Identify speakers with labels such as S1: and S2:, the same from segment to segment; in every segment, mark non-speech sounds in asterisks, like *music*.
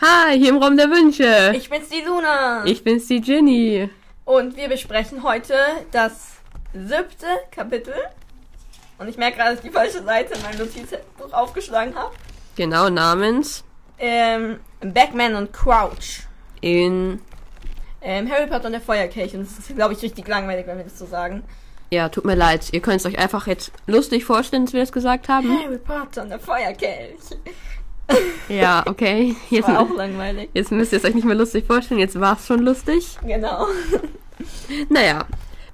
S1: Hi, hier im Raum der Wünsche.
S2: Ich bin's die Luna.
S1: Ich bin's, die Ginny.
S2: Und wir besprechen heute das siebte Kapitel. Und ich merke gerade, dass ich die falsche Seite in meinem Notizbuch aufgeschlagen habe.
S1: Genau, namens
S2: Ähm, Backman und Crouch.
S1: in.
S2: Ähm, Harry Potter und der Feuerkelch. Und das ist, glaube ich, richtig langweilig, wenn wir das so sagen.
S1: Ja, tut mir leid. Ihr könnt es euch einfach jetzt lustig vorstellen, dass wir das gesagt haben.
S2: Harry Potter und der Feuerkelch.
S1: Ja, okay. Jetzt,
S2: War auch langweilig.
S1: jetzt müsst ihr es euch nicht mehr lustig vorstellen. Jetzt war's schon lustig.
S2: Genau.
S1: Naja,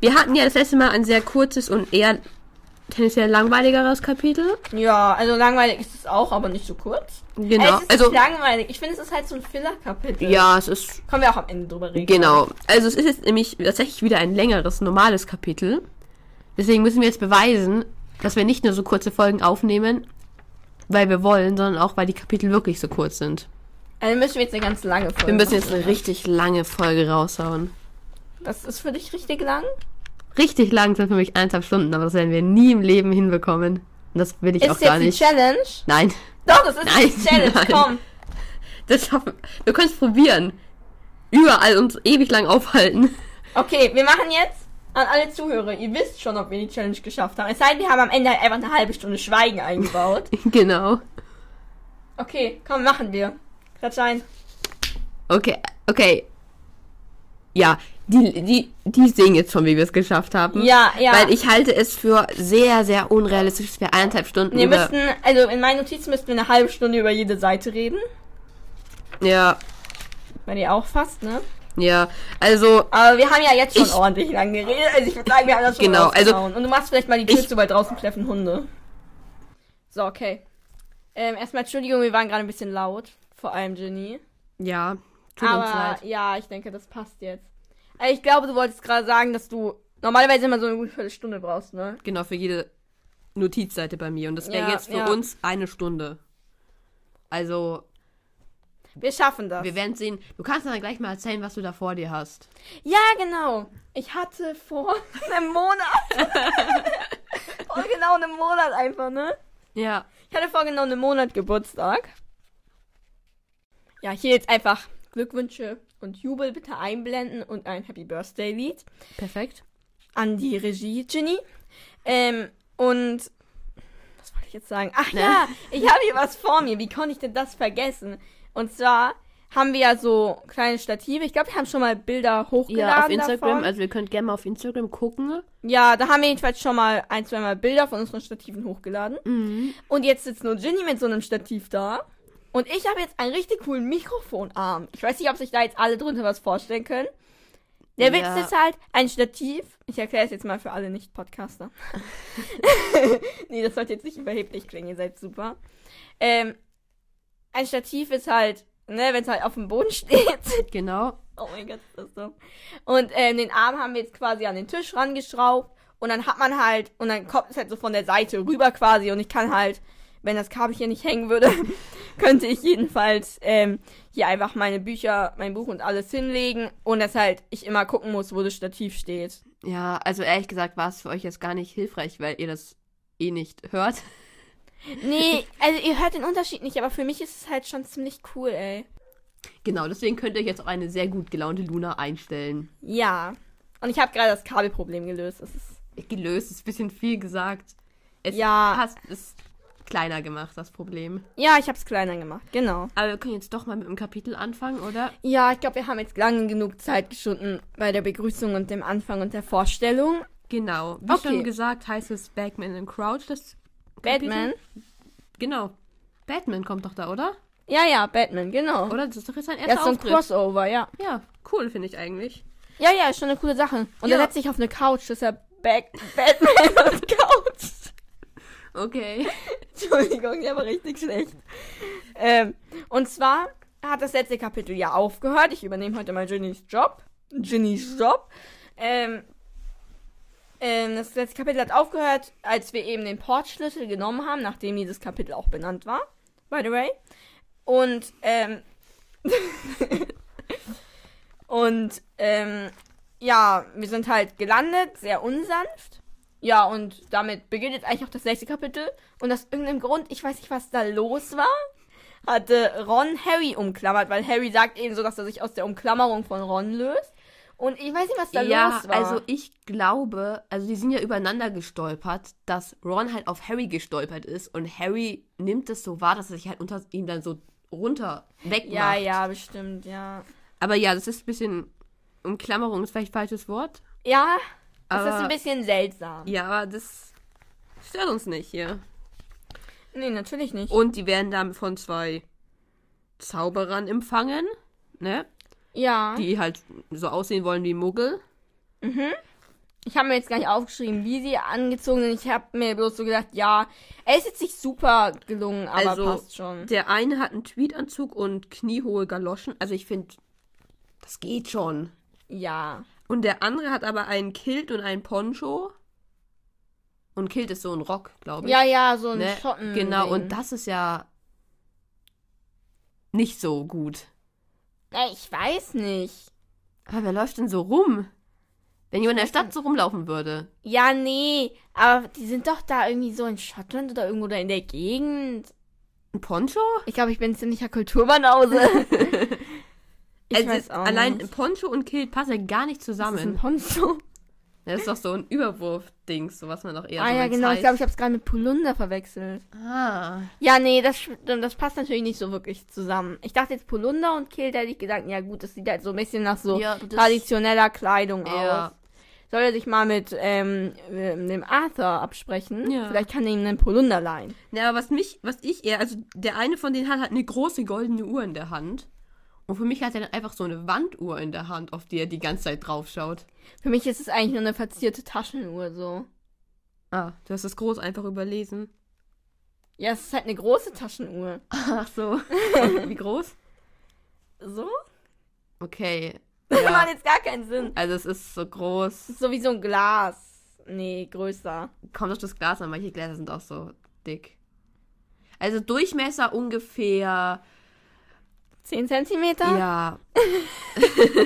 S1: wir hatten ja das letzte Mal ein sehr kurzes und eher tendenziell langweiligeres Kapitel.
S2: Ja, also langweilig ist es auch, aber nicht so kurz.
S1: Genau,
S2: Es ist
S1: also-
S2: nicht langweilig. Ich finde, es ist halt so ein Filler-Kapitel.
S1: Ja, es ist.
S2: Können wir auch am Ende drüber reden.
S1: Genau. Also, es ist jetzt nämlich tatsächlich wieder ein längeres, normales Kapitel. Deswegen müssen wir jetzt beweisen, dass wir nicht nur so kurze Folgen aufnehmen, weil wir wollen, sondern auch, weil die Kapitel wirklich so kurz sind.
S2: Also müssen wir jetzt eine ganz lange Folge
S1: Wir müssen
S2: machen.
S1: jetzt eine richtig lange Folge raushauen.
S2: Das ist für dich richtig lang?
S1: Richtig lang sind für mich eineinhalb Stunden, aber das werden wir nie im Leben hinbekommen. Und das will ich
S2: Ist
S1: auch
S2: jetzt
S1: gar
S2: die
S1: nicht.
S2: Challenge?
S1: Nein,
S2: Doch, das ist
S1: Nein,
S2: die Challenge.
S1: nein.
S2: Komm.
S1: das schaffen wir. können es probieren. Überall uns ewig lang aufhalten. *laughs*
S2: Okay, wir machen jetzt an alle Zuhörer. Ihr wisst schon, ob wir die Challenge geschafft haben. Es sei denn, wir haben am Ende halt einfach eine halbe Stunde Schweigen eingebaut.
S1: *laughs* genau.
S2: Okay, komm, machen wir. Klatsch ein.
S1: Okay, okay. Ja, die, die, die sehen jetzt schon, wie wir es geschafft haben.
S2: Ja, ja.
S1: Hm? Weil ich halte es für sehr, sehr unrealistisch, dass wir eineinhalb Stunden
S2: wir
S1: über...
S2: müssten, also in meinen Notizen müssten wir eine halbe Stunde über jede Seite reden.
S1: Ja,
S2: Bei dir auch fast, ne?
S1: ja. Also,
S2: Aber wir haben ja jetzt schon
S1: Ich-
S2: ordentlich lang geredet. Also ich würde sagen, wir haben das schon
S1: Genau, also-
S2: rausgehauen. Und du machst vielleicht mal die Tür
S1: Ich-
S2: zu, weil draußen kläffen Hunde. So, okay. Ähm, erstmal Entschuldigung, wir waren gerade ein bisschen laut. Vor allem Jenny.
S1: ja, tut uns
S2: Aber
S1: leid.
S2: ja, ich denke, das passt jetzt. Also ich glaube, du wolltest gerade sagen, dass du normalerweise immer so eine gute Viertelstunde brauchst, ne?
S1: Genau, für jede Notizseite bei mir. Und das wäre
S2: Ja,
S1: jetzt für
S2: ja.
S1: uns eine Stunde. Also,
S2: Wir schaffen das.
S1: wir werden sehen. Du kannst dann gleich mal erzählen, was du da vor dir hast.
S2: ja, genau. Ich hatte vor *laughs* einem Monat. *laughs* vor genau einem Monat einfach, ne?
S1: Ja.
S2: Ich hatte vor genau einem Monat Geburtstag. Ja, hier jetzt einfach Glückwünsche und Jubel bitte einblenden und ein Happy Birthday Lied
S1: Perfekt.
S2: an die Regie Ginny. Ähm, und was wollte ich jetzt sagen? Ach
S1: Ne?
S2: ja, ich habe hier was vor mir. Wie konnte ich denn das vergessen? Und zwar haben wir ja so kleine Stative. Ich glaube, wir haben schon mal Bilder hochgeladen.
S1: Ja, auf Instagram.
S2: Davon.
S1: Also, ihr könnt gerne mal auf Instagram gucken.
S2: Ja, da haben wir jedenfalls schon mal ein, zwei Mal Bilder von unseren Stativen hochgeladen. Und jetzt sitzt nur Ginny mit so einem Stativ da. Und ich habe jetzt einen richtig coolen Mikrofonarm. Ich weiß nicht, ob sich da jetzt alle drunter was vorstellen können. Der Witz
S1: Ja.
S2: ist halt, ein Stativ, ich erkläre es jetzt mal für alle Nicht-Podcaster. nee, das sollte jetzt nicht überheblich klingen, ihr seid super. Ähm, ein Stativ ist halt, ne, wenn es halt auf dem Boden *laughs* steht,
S1: Genau.
S2: Oh mein Gott, ist das dumm. Und ähm, den Arm haben wir jetzt quasi an den Tisch rangeschraubt. Und dann hat man halt, und dann kommt es halt so von der Seite rüber quasi. Und ich kann halt, wenn das Kabel hier nicht hängen würde, *laughs* könnte ich jedenfalls ähm, hier einfach meine Bücher, mein Buch und alles hinlegen. Und dass halt ich immer gucken muss, wo das Stativ steht.
S1: Ja, also ehrlich gesagt war es für euch jetzt gar nicht hilfreich, weil ihr das eh nicht hört. *laughs*
S2: Nee, also ihr hört den Unterschied nicht, aber für mich ist es halt schon ziemlich cool, ey.
S1: Genau, deswegen könnt ihr euch jetzt auf eine sehr gut gelaunte Luna einstellen.
S2: Ja. Und ich habe gerade das Kabelproblem gelöst. Es ist
S1: Gelöst ist ein bisschen viel gesagt. Es
S2: Ja.
S1: passt, ist kleiner gemacht, das Problem.
S2: ja, ich habe es kleiner gemacht, genau.
S1: Aber wir können jetzt doch mal mit dem Kapitel anfangen, oder?
S2: Ja, ich glaube, wir haben jetzt lange genug Zeit geschunden bei der Begrüßung und dem Anfang und der Vorstellung.
S1: Genau. Wie
S2: Okay.
S1: schon gesagt, heißt es Batman and Crouch. Das Kapitel.
S2: Batman.
S1: Genau. Batman kommt doch da, oder?
S2: Ja, ja, Batman, genau.
S1: Oder? Das ist doch jetzt sein
S2: das
S1: erster
S2: ist so ein
S1: Auftritt.
S2: Crossover, ja.
S1: Ja, cool finde ich eigentlich.
S2: Ja, ja, ist schon eine coole Sache. Und
S1: Ja.
S2: er setzt sich auf eine Couch, das ist ja Back Batman *laughs* und Couch.
S1: Okay.
S2: Entschuldigung, der war richtig schlecht. Ähm, und zwar hat das letzte Kapitel ja aufgehört. Ich übernehme heute mal Ginnys Job. Ginnys Job. Ähm, ähm, das letzte Kapitel hat aufgehört, als wir eben den Portschlüssel genommen haben, nachdem dieses Kapitel auch benannt war. By the way. Und, ähm, *laughs* und, ähm, ja, wir sind halt gelandet, sehr unsanft. Ja, und damit beginnt jetzt eigentlich auch das nächste Kapitel. Und aus irgendeinem Grund, ich weiß nicht, was da los war, hatte Ron Harry umklammert, weil Harry sagt eben so, dass er sich aus der Umklammerung von Ron löst. Und ich weiß nicht, was da
S1: ja,
S2: los war.
S1: also ich glaube, also die sind ja übereinander gestolpert, dass Ron halt auf Harry gestolpert ist und Harry nimmt es so wahr, dass er sich halt unter ihm dann so runter wegmacht.
S2: ja, ja, bestimmt, ja.
S1: Aber ja, das ist ein bisschen Umklammerung, ist vielleicht falsches Wort.
S2: Ja, das ist
S1: Aber-
S2: ein bisschen seltsam.
S1: Ja, aber das stört uns nicht hier.
S2: Nee, natürlich nicht.
S1: Und die werden dann von zwei Zauberern empfangen, ne?
S2: ja.
S1: Die halt so aussehen wollen wie Muggel.
S2: Ich habe mir jetzt gar nicht aufgeschrieben, wie sie angezogen sind. Ich habe mir bloß so gedacht, ja, es ist jetzt nicht super gelungen, aber
S1: Also,
S2: passt schon.
S1: Der eine hat einen Tweedanzug und kniehohe Galoschen. Also ich finde, das geht schon.
S2: Ja.
S1: Und der andere hat aber einen Kilt und einen Poncho. Und Kilt ist so ein Rock, glaube ich.
S2: Ja, ja, so ein
S1: ne?
S2: Schotten.
S1: Genau, und das ist ja nicht so gut.
S2: Ey, Ich weiß nicht.
S1: Aber wer läuft denn so rum? Wenn jemand in der Stadt so rumlaufen würde.
S2: Ja, nee, aber die sind doch da irgendwie so in Schottland oder irgendwo da in der Gegend.
S1: Ein Poncho?
S2: Ich glaube, ich bin ein
S1: *laughs*
S2: ziemlicher Kulturbanause. ich
S1: Also
S2: weiß
S1: es-
S2: auch
S1: allein
S2: nicht.
S1: Poncho und Kilt passen ja gar nicht
S2: Das ist ein
S1: zusammen.
S2: Ponzo.
S1: Das ist doch so ein Überwurf-Dings, so was man doch eher
S2: ah
S1: so
S2: ja,
S1: wenn's
S2: genau. Ich
S1: heißt.
S2: glaube, ich habe es gerade mit Polunder verwechselt.
S1: Ah.
S2: Ja, nee, das, sch- das passt natürlich nicht so wirklich zusammen. Ich dachte jetzt Polunder und Kilt, da hätte ich gedacht, ja gut, das sieht halt so ein bisschen nach so
S1: Ja, das-
S2: traditioneller Kleidung
S1: Ja.
S2: aus. Soll er sich mal mit ähm, ähm, dem Arthur absprechen?
S1: Ja.
S2: Vielleicht kann er ihm einen Polunder leihen.
S1: Na, aber was mich, was ich eher, also der eine von denen hat halt eine große goldene Uhr in der Hand. Und für mich hat er dann einfach so eine Wanduhr in der Hand, auf die er die ganze Zeit draufschaut.
S2: Für mich ist es eigentlich nur eine verzierte Taschenuhr so.
S1: Ah, du hast das groß einfach überlesen.
S2: Ja, es ist halt eine große Taschenuhr.
S1: Ach so. *laughs* Wie groß?
S2: So? *laughs*
S1: *laughs* Okay.
S2: Das macht
S1: Ja,
S2: jetzt gar keinen Sinn.
S1: also es ist so
S2: Das
S1: groß.
S2: ist so wie so ein Glas. Nee, größer.
S1: Kommt auf das Glas an, manche Gläser sind auch so dick. Also Durchmesser ungefähr.
S2: 10 Zentimeter?
S1: Ja. *laughs*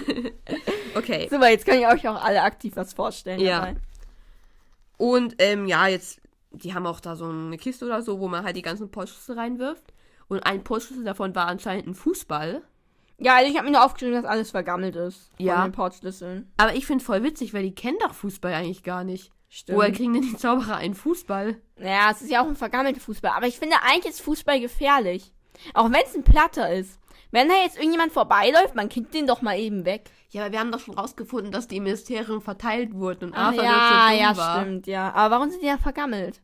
S1: okay.
S2: Super, jetzt kann ich euch auch alle aktiv was vorstellen.
S1: Ja.
S2: dabei.
S1: Und ähm, ja, jetzt, die haben auch da so eine Kiste oder so, wo man halt die ganzen Postschüsse reinwirft. Und ein Postschüssel davon war anscheinend ein Fußball.
S2: Ja, also ich habe mir nur aufgeschrieben, dass alles vergammelt ist.
S1: Ja.
S2: Von den Portschlüsseln.
S1: Aber ich finde voll witzig, weil die kennen doch Fußball eigentlich gar nicht.
S2: Stimmt.
S1: Woher kriegen denn die Zauberer einen Fußball?
S2: Naja, es ist ja auch ein vergammelter Fußball. Aber ich finde, eigentlich ist Fußball gefährlich. Auch wenn es ein Platter ist. Wenn da jetzt irgendjemand vorbeiläuft, man kickt den doch mal eben weg.
S1: Ja, aber wir haben doch schon rausgefunden, dass die im Ministerium verteilt wurden und
S2: Ah,
S1: Arthur
S2: ja,
S1: dort so dumm
S2: ja,
S1: war.
S2: stimmt, ja. Aber warum sind die da vergammelt?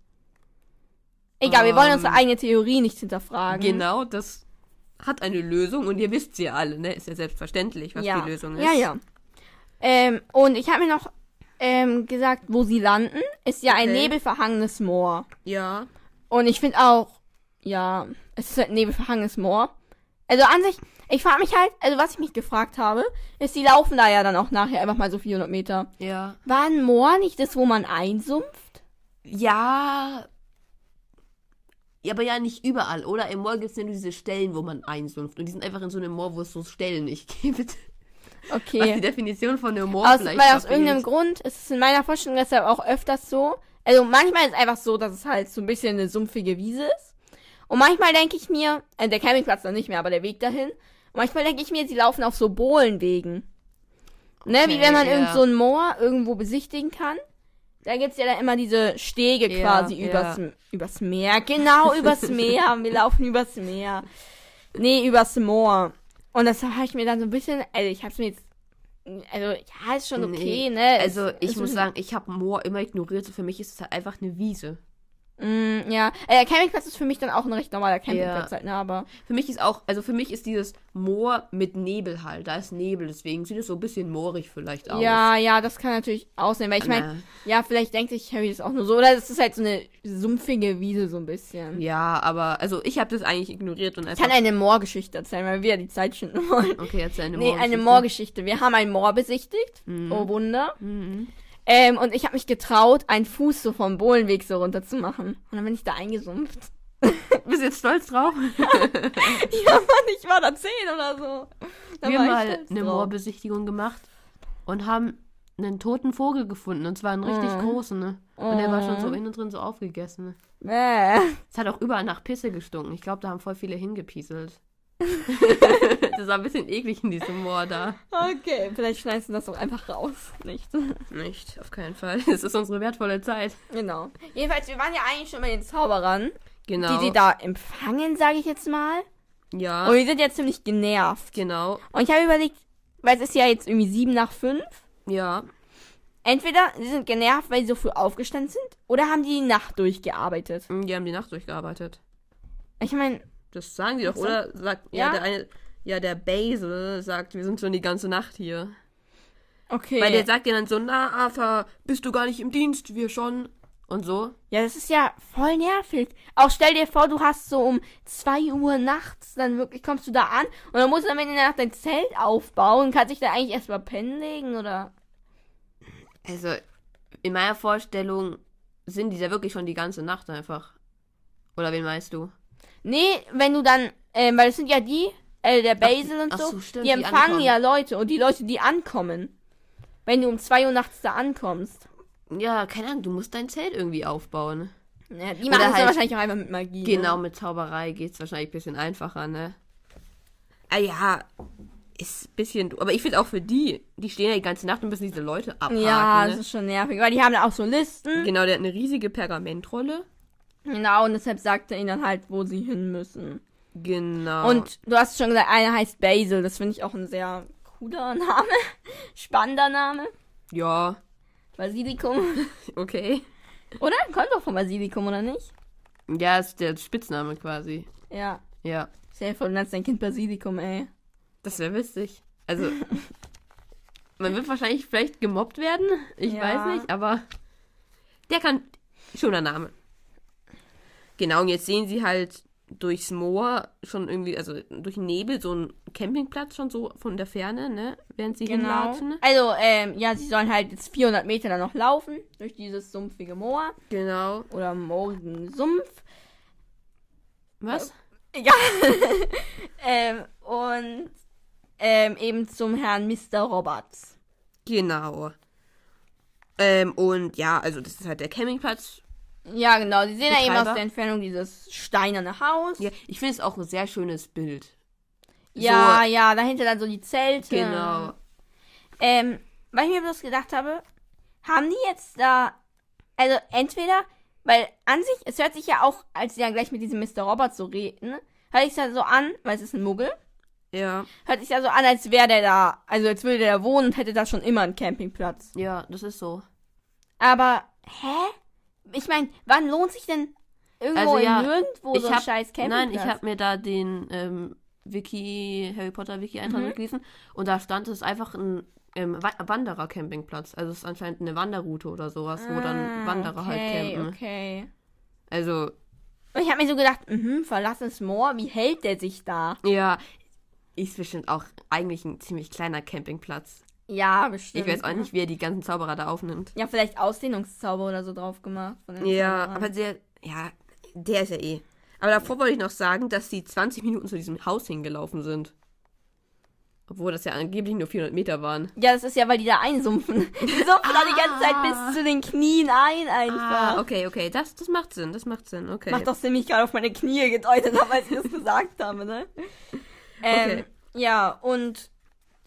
S2: Egal, wir wollen
S1: Ähm.
S2: unsere eigene Theorie nicht hinterfragen.
S1: Genau, das hat eine Lösung und ihr wisst sie ja alle, ne? Ist ja selbstverständlich, was
S2: ja.
S1: die Lösung ist.
S2: Ja, ja. Ähm, und ich habe mir noch ähm, gesagt, wo sie landen, ist ja ein
S1: Okay.
S2: nebelverhangenes Moor.
S1: Ja.
S2: Und ich finde auch, ja, es ist halt ein nebelverhangenes Moor. Also an sich, ich frage mich halt, also was ich mich gefragt habe, ist, die laufen da ja dann auch nachher einfach mal so 400 Meter.
S1: Ja.
S2: War ein Moor nicht das, wo man einsumpft?
S1: Ja. Ja, aber ja nicht überall, oder? Im Moor gibt es ja nur diese Stellen, wo man einsumpft. Und die sind einfach in so einem Moor, wo es so Stellen nicht *laughs* gibt. Was die
S2: Okay.
S1: Definition von einem Moor
S2: Aus,
S1: vielleicht
S2: weil aus
S1: verfehlt.
S2: irgendeinem Grund ist es in meiner Vorstellung deshalb auch öfters so. Also manchmal ist es einfach so, dass es halt so ein bisschen eine sumpfige Wiese ist. Und manchmal denke ich mir, äh, der Campingplatz noch nicht mehr, aber der Weg dahin. Und manchmal denke ich mir, sie laufen auf so Bohlenwegen. Ne, wie
S1: Okay,
S2: wenn man
S1: ja.
S2: irgend so ein Moor irgendwo besichtigen kann. Da gibt's ja dann immer diese Stege
S1: Ja,
S2: quasi
S1: ja.
S2: übers, übers Meer. Genau,
S1: *laughs*
S2: übers Meer. Wir laufen übers Meer. Nee, übers Moor. Und das habe ich mir dann so ein bisschen, also ich hab's mir jetzt, also ja, ist schon okay,
S1: Nee.
S2: ne?
S1: Also,
S2: Ist-
S1: ich
S2: ist
S1: muss
S2: ein-
S1: sagen, ich habe Moor immer ignoriert. So, für mich ist es halt einfach eine Wiese.
S2: Mm, ja, äh, der Campingplatz ist für mich dann auch ein recht normaler Campingplatz
S1: Ja.
S2: halt, ne? Aber
S1: Für mich ist auch, also für mich ist dieses Moor mit Nebel halt. Da ist Nebel, deswegen sieht es so ein bisschen moorig vielleicht aus.
S2: ja, ja, das kann natürlich aussehen, weil ich meine, ja, vielleicht denkt sich Harry das auch nur so, oder es ist halt so eine sumpfige Wiese so ein bisschen.
S1: Ja, aber, also ich habe das eigentlich ignoriert und
S2: Ich
S1: einfach.
S2: kann eine Moorgeschichte erzählen, weil wir ja die Zeit schinden wollen.
S1: okay, jetzt eine
S2: Nee,
S1: Moorgeschichte.
S2: eine
S1: Mhm.
S2: Moorgeschichte. Wir haben ein Moor besichtigt. Oh Wunder. Ähm, und ich habe mich getraut, einen Fuß so vom Bohlenweg so runter zu machen. Und dann bin ich da eingesumpft.
S1: Bist du jetzt stolz
S2: *laughs*
S1: drauf?
S2: Ja, Mann, ich war da zehn oder so. Da
S1: wir
S2: war ich
S1: mal
S2: stolz
S1: eine
S2: drauf.
S1: Moorbesichtigung gemacht und haben einen toten Vogel gefunden und zwar einen richtig großen, ne? Und der war schon so innen drin so aufgegessen. Ne?
S2: Äh.
S1: Es hat auch überall nach Pisse gestunken. Ich glaube, da haben voll viele *laughs* hingepieselt. das war ein bisschen eklig in diesem Moor da.
S2: Okay, vielleicht schneidest du das doch einfach raus, *laughs* nicht?
S1: Nicht, auf keinen Fall. Es ist unsere wertvolle Zeit.
S2: Genau. Jedenfalls, wir waren ja eigentlich schon bei den Zauberern,
S1: Genau.
S2: die die da empfangen, sage ich jetzt mal.
S1: ja,
S2: Und die sind ja ziemlich genervt.
S1: genau.
S2: Und ich habe überlegt, weil es ist ja jetzt irgendwie sieben nach fünf.
S1: Ja.
S2: Entweder sie sind genervt, weil sie so früh aufgestanden sind, oder haben die die Nacht durchgearbeitet.
S1: Die haben die Nacht durchgearbeitet.
S2: Ich meine,
S1: Das sagen die doch,
S2: so.
S1: oder? Sagt, ja,
S2: Ja.
S1: der eine, ja, der Basil sagt, wir sind schon die ganze Nacht hier.
S2: okay.
S1: Weil der sagt dir dann so, na, Arthur, bist du gar nicht im Dienst, wir schon. Und so.
S2: ja, das ist ja voll nervig. Auch stell dir vor, du hast so um zwei Uhr nachts, dann wirklich kommst du da an und dann musst du am Ende der Nacht dein Zelt aufbauen und kannst dich da eigentlich erstmal pennen legen oder.
S1: Also, in meiner Vorstellung sind die da wirklich schon die ganze Nacht einfach. Oder wen meinst du?
S2: Nee, wenn du dann, ähm, weil es sind ja die, äh, der Basil und
S1: ach
S2: so,
S1: so, stimmt,
S2: die
S1: die
S2: empfangen
S1: ankommen.
S2: ja Leute und die Leute, die ankommen. Wenn du um zwei Uhr nachts da ankommst.
S1: Ja, keine Ahnung, du musst dein Zelt irgendwie aufbauen.
S2: Ja, die machen
S1: Oder
S2: das ja
S1: halt-
S2: wahrscheinlich auch einfach mit Magie.
S1: Genau,
S2: Ne?
S1: mit Zauberei geht's wahrscheinlich ein bisschen einfacher, ne? Ah ja, ist ein bisschen. Aber ich finde auch für die, die stehen ja die ganze Nacht und müssen diese Leute abhaken.
S2: Ja, das
S1: ne?
S2: ist schon nervig, weil die haben da auch so Listen.
S1: Genau, der hat eine riesige Pergamentrolle.
S2: Genau, und deshalb sagt er ihnen dann halt, wo sie hin müssen.
S1: Genau.
S2: Und du hast schon gesagt, einer heißt Basil. Das finde ich auch ein sehr cooler *laughs* Name. Spannender Name.
S1: ja, *laughs*
S2: Basilikum.
S1: okay.
S2: Oder? Kommt doch von Basilikum, oder nicht?
S1: Ja, ist der Spitzname quasi.
S2: Ja.
S1: Ja.
S2: Sehr voll, du nennst dein Kind Basilikum, ey.
S1: Das wäre witzig. *laughs* Also, man wird wahrscheinlich vielleicht gemobbt werden. Ich
S2: Ja.
S1: weiß nicht, aber der kann. Schöner Name. Genau, und jetzt sehen sie halt durchs Moor schon irgendwie, also durch den Nebel, so einen Campingplatz schon so von der Ferne, ne? Während sie hinlatschen.
S2: Also, ähm, ja, sie sollen halt jetzt 400 Meter dann noch laufen durch dieses sumpfige Moor
S1: Genau.
S2: oder moorigen Sumpf.
S1: Was?
S2: Egal. ähm, und ähm, eben zum Herrn Mr. Roberts.
S1: Genau. Ähm, und ja, also das ist halt der Campingplatz.
S2: Ja, genau. Sie sehen ja eben aus
S1: Betreiber.
S2: der Entfernung dieses steinerne Haus.
S1: Ja, ich finde es auch ein sehr schönes Bild.
S2: ja,
S1: so-
S2: ja, dahinter dann so die Zelte.
S1: Genau.
S2: Ähm, weil ich mir bloß gedacht habe, haben die jetzt da, also entweder, weil an sich, es hört sich ja auch, als sie dann gleich mit diesem Mr. Roberts so reden, hört sich ja so an, weil es ist ein Muggel,
S1: Ja.
S2: hört sich ja so an, als wäre der da, also als würde der da wohnen und hätte da schon immer einen Campingplatz.
S1: Ja, das ist so.
S2: Aber, hä? Ich meine, wann lohnt sich denn irgendwo
S1: Also ja,
S2: in nirgendwo Oh, so ein scheiß Campingplatz?
S1: Nein, ich habe mir da den ähm, Wiki, Harry Potter
S2: Mhm.
S1: Wiki-Eintrag gelesen und da stand es ist einfach ein ähm, Wa- Wanderer-Campingplatz. Also es ist anscheinend eine Wanderroute oder sowas, wo oh, dann
S2: Ah,
S1: Wanderer halt
S2: okay,
S1: campen.
S2: Okay.
S1: Also,
S2: Und ich habe mir so gedacht, mhm, verlassenes Moor, wie hält der sich da?
S1: ja, ist bestimmt auch eigentlich ein ziemlich kleiner Campingplatz.
S2: Ja, bestimmt.
S1: Ich weiß auch
S2: ne?
S1: nicht, wie er die ganzen Zauberer da aufnimmt.
S2: Ja, vielleicht Ausdehnungszauber oder so drauf gemacht. Von den
S1: Ja,
S2: Zauberern.
S1: aber der, ja, der ist ja eh. Aber davor wollte ich noch sagen, dass sie 20 Minuten zu diesem Haus hingelaufen sind. Obwohl das ja angeblich nur 400 Meter waren.
S2: Ja, das ist ja, weil die da einsumpfen. *laughs* Die sumpfen da die ganze Zeit bis zu den Knien ein einfach.
S1: Ah, okay, okay. Das, das macht Sinn, das macht Sinn, okay.
S2: Macht doch Sinn, wie ich gerade auf meine Knie gedeutet habe, als ich das gesagt habe, ne? Ähm,
S1: Okay.
S2: Ja, und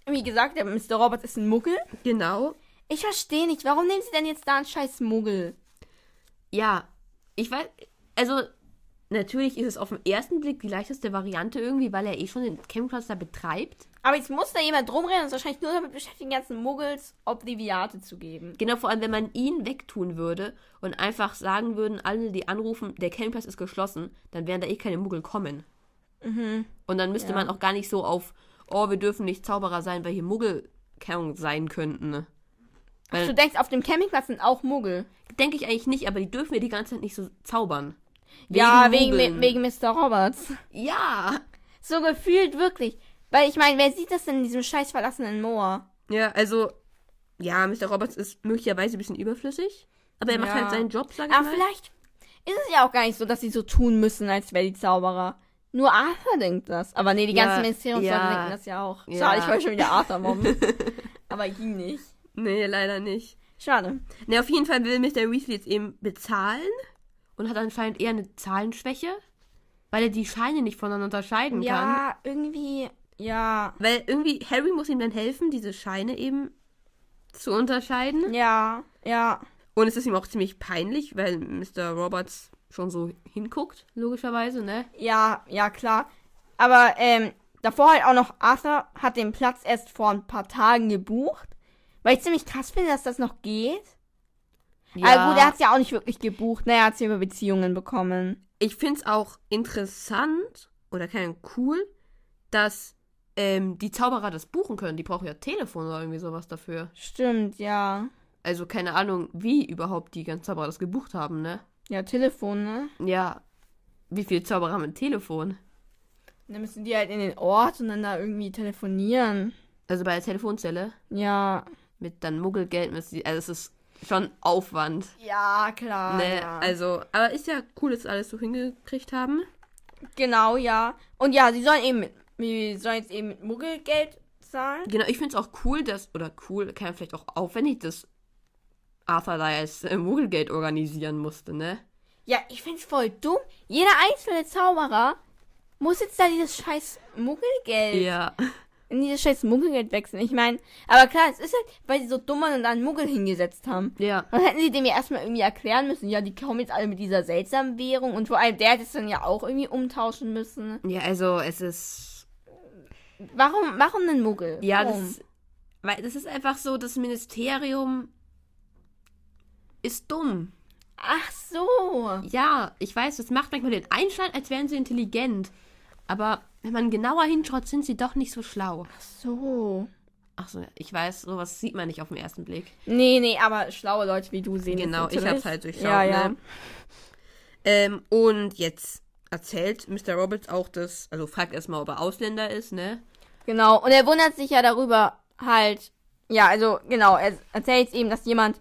S2: wie gesagt, der Mr. Roberts ist ein Muggel.
S1: Genau.
S2: Ich verstehe nicht, warum nehmen sie denn jetzt da einen scheiß Muggel?
S1: Ja, ich weiß, also natürlich ist es auf den ersten Blick die leichteste Variante irgendwie, weil er eh schon den Campingplatz da betreibt.
S2: Aber jetzt muss da jemand rumrennen und ist wahrscheinlich nur damit beschäftigt, den ganzen Muggels Obliviate zu geben.
S1: Genau, vor allem, wenn man ihn wegtun würde und einfach sagen würden, alle, die anrufen, der Campingplatz ist geschlossen, dann wären da eh keine Muggel kommen. Und dann müsste man auch gar nicht so auf, oh, wir dürfen nicht Zauberer sein, weil hier Muggel keine Ahnung, sein könnten. Ne?
S2: Ach, du denkst, auf dem Campingplatz sind auch Muggel.
S1: Denke ich eigentlich nicht, aber die dürfen ja die ganze Zeit nicht so zaubern.
S2: ja, wegen,
S1: Muggeln.
S2: wegen Mr. Roberts.
S1: Ja.
S2: So gefühlt wirklich. Weil ich meine, wer sieht das denn in diesem scheiß verlassenen Moor?
S1: Ja, also, ja, Mr. Roberts ist möglicherweise ein bisschen überflüssig, aber er macht
S2: Ja.
S1: halt seinen Job, sag ich
S2: Aber
S1: mal.
S2: vielleicht ist es ja auch gar nicht so, dass sie so tun müssen, als wäre die Zauberer. Nur Arthur denkt das. Aber nee, die
S1: Ja,
S2: ganzen Ministeriumsleute
S1: ja.
S2: denken das ja auch.
S1: Ja.
S2: *laughs* Schade, ich wollte schon wieder Arthur mobben. Aber ihn nicht.
S1: Nee, leider nicht.
S2: Schade.
S1: Ne, auf jeden Fall will Mr. Weasley jetzt eben bezahlen und hat anscheinend eher eine Zahlenschwäche, weil er die Scheine nicht voneinander unterscheiden kann.
S2: Ja, irgendwie. Ja.
S1: Weil irgendwie Harry muss ihm dann helfen, diese Scheine eben zu unterscheiden.
S2: Ja. Ja.
S1: Und es ist ihm auch ziemlich peinlich, weil Mr. Roberts schon so hinguckt, logischerweise, ne?
S2: Ja, ja, klar. Aber ähm, davor halt auch noch, Arthur hat den Platz erst vor ein paar Tagen gebucht. Weil ich ziemlich krass finde, dass das noch geht.
S1: Ja,
S2: Ja. Aber Also Ah, gut, er hat es ja auch nicht wirklich gebucht. Naja, er hat es über Beziehungen bekommen.
S1: ich finde es auch interessant oder kein cool, dass ähm, die Zauberer das buchen können. Die brauchen ja Telefon oder irgendwie sowas dafür.
S2: Stimmt, ja.
S1: Also keine Ahnung, wie überhaupt die ganzen Zauberer das gebucht haben, ne?
S2: Ja, Telefon, ne?
S1: Ja, wie viele Zauberer haben ein Telefon?
S2: Dann müssen die halt in den Ort und dann da irgendwie telefonieren.
S1: Also bei der Telefonzelle
S2: Ja.
S1: mit dann Muggelgeld, müssen die- also es ist schon Aufwand.
S2: Ja, klar.
S1: ne,
S2: Ah, ja.
S1: also, aber ist ja cool, dass sie alles so hingekriegt haben.
S2: Genau, ja. Und ja, sie sollen eben mit, sie sollen jetzt eben mit Muggelgeld zahlen.
S1: Genau, ich finde es auch cool, dass, oder cool, kann ja vielleicht auch aufwendig, dass Arthur da jetzt *laughs* äh, Muggelgeld organisieren musste, ne?
S2: Ja, ich find's voll dumm. Jeder einzelne Zauberer muss jetzt da dieses scheiß Muggelgeld,
S1: Ja.
S2: in dieses scheiß Muggelgeld wechseln. Ich meine, aber klar, es ist halt, weil sie so dumm waren und da einen Muggel hingesetzt haben.
S1: Ja.
S2: Dann hätten sie dem ja erstmal irgendwie erklären müssen, ja, die kommen jetzt alle mit dieser seltsamen Währung und vor allem der hätte es dann ja auch irgendwie umtauschen müssen.
S1: Ja, also es ist.
S2: Warum, warum einen Muggel?
S1: Ja, das
S2: Warum?
S1: ist, weil das ist einfach so, das Ministerium ist dumm.
S2: Ach so.
S1: Ja, ich weiß, das macht manchmal den Einschein, als wären sie intelligent. Aber wenn man genauer hinschaut, sind sie doch nicht so schlau.
S2: Ach so.
S1: Ach so, ich weiß, sowas sieht man nicht auf den ersten Blick.
S2: Nee, nee, aber schlaue Leute wie du sehen
S1: Genau,
S2: das
S1: ich
S2: natürlich.
S1: hab's halt durchschaut,
S2: Ja, ja.
S1: ne? Ähm, und jetzt erzählt Mr. Roberts auch das, also fragt erstmal, ob er Ausländer ist, ne?
S2: Genau, und er wundert sich ja darüber halt, ja, also genau, er erzählt eben, dass jemand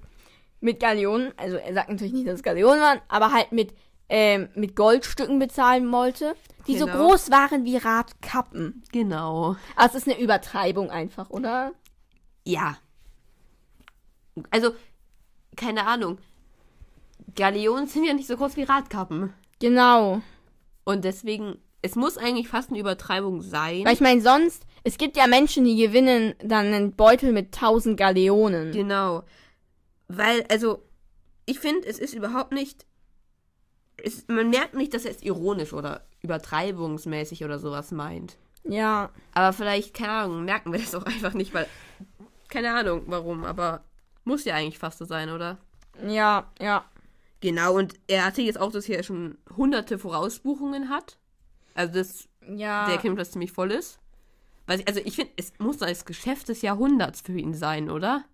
S2: mit Galeonen, also er sagt natürlich nicht, dass es Galeonen waren, aber halt mit, ähm, mit Goldstücken bezahlen wollte, die so
S1: Genau.
S2: groß waren wie Radkappen.
S1: Genau.
S2: Also es ist eine Übertreibung einfach, oder?
S1: Ja. Also, keine Ahnung. Galeonen sind ja nicht so groß wie Radkappen.
S2: Genau.
S1: Und deswegen, es muss eigentlich fast eine Übertreibung sein.
S2: Weil ich meine, sonst, es gibt ja Menschen, die gewinnen dann einen Beutel mit 1000 Galeonen.
S1: Genau. Weil, also, ich finde, es ist überhaupt nicht. Es, man merkt nicht, dass er es ironisch oder übertreibungsmäßig oder sowas meint.
S2: Ja.
S1: Aber vielleicht, keine Ahnung, merken wir das auch einfach nicht, weil. Keine Ahnung warum, aber muss ja eigentlich fast so sein, oder?
S2: Ja, ja.
S1: Genau, und er hatte jetzt auch, dass er schon hunderte Vorausbuchungen hat. Also, dass
S2: Ja.
S1: der Campingplatz ziemlich voll ist. Weiß ich- Also, ich finde, es muss das Geschäft des Jahrhunderts für ihn sein, oder?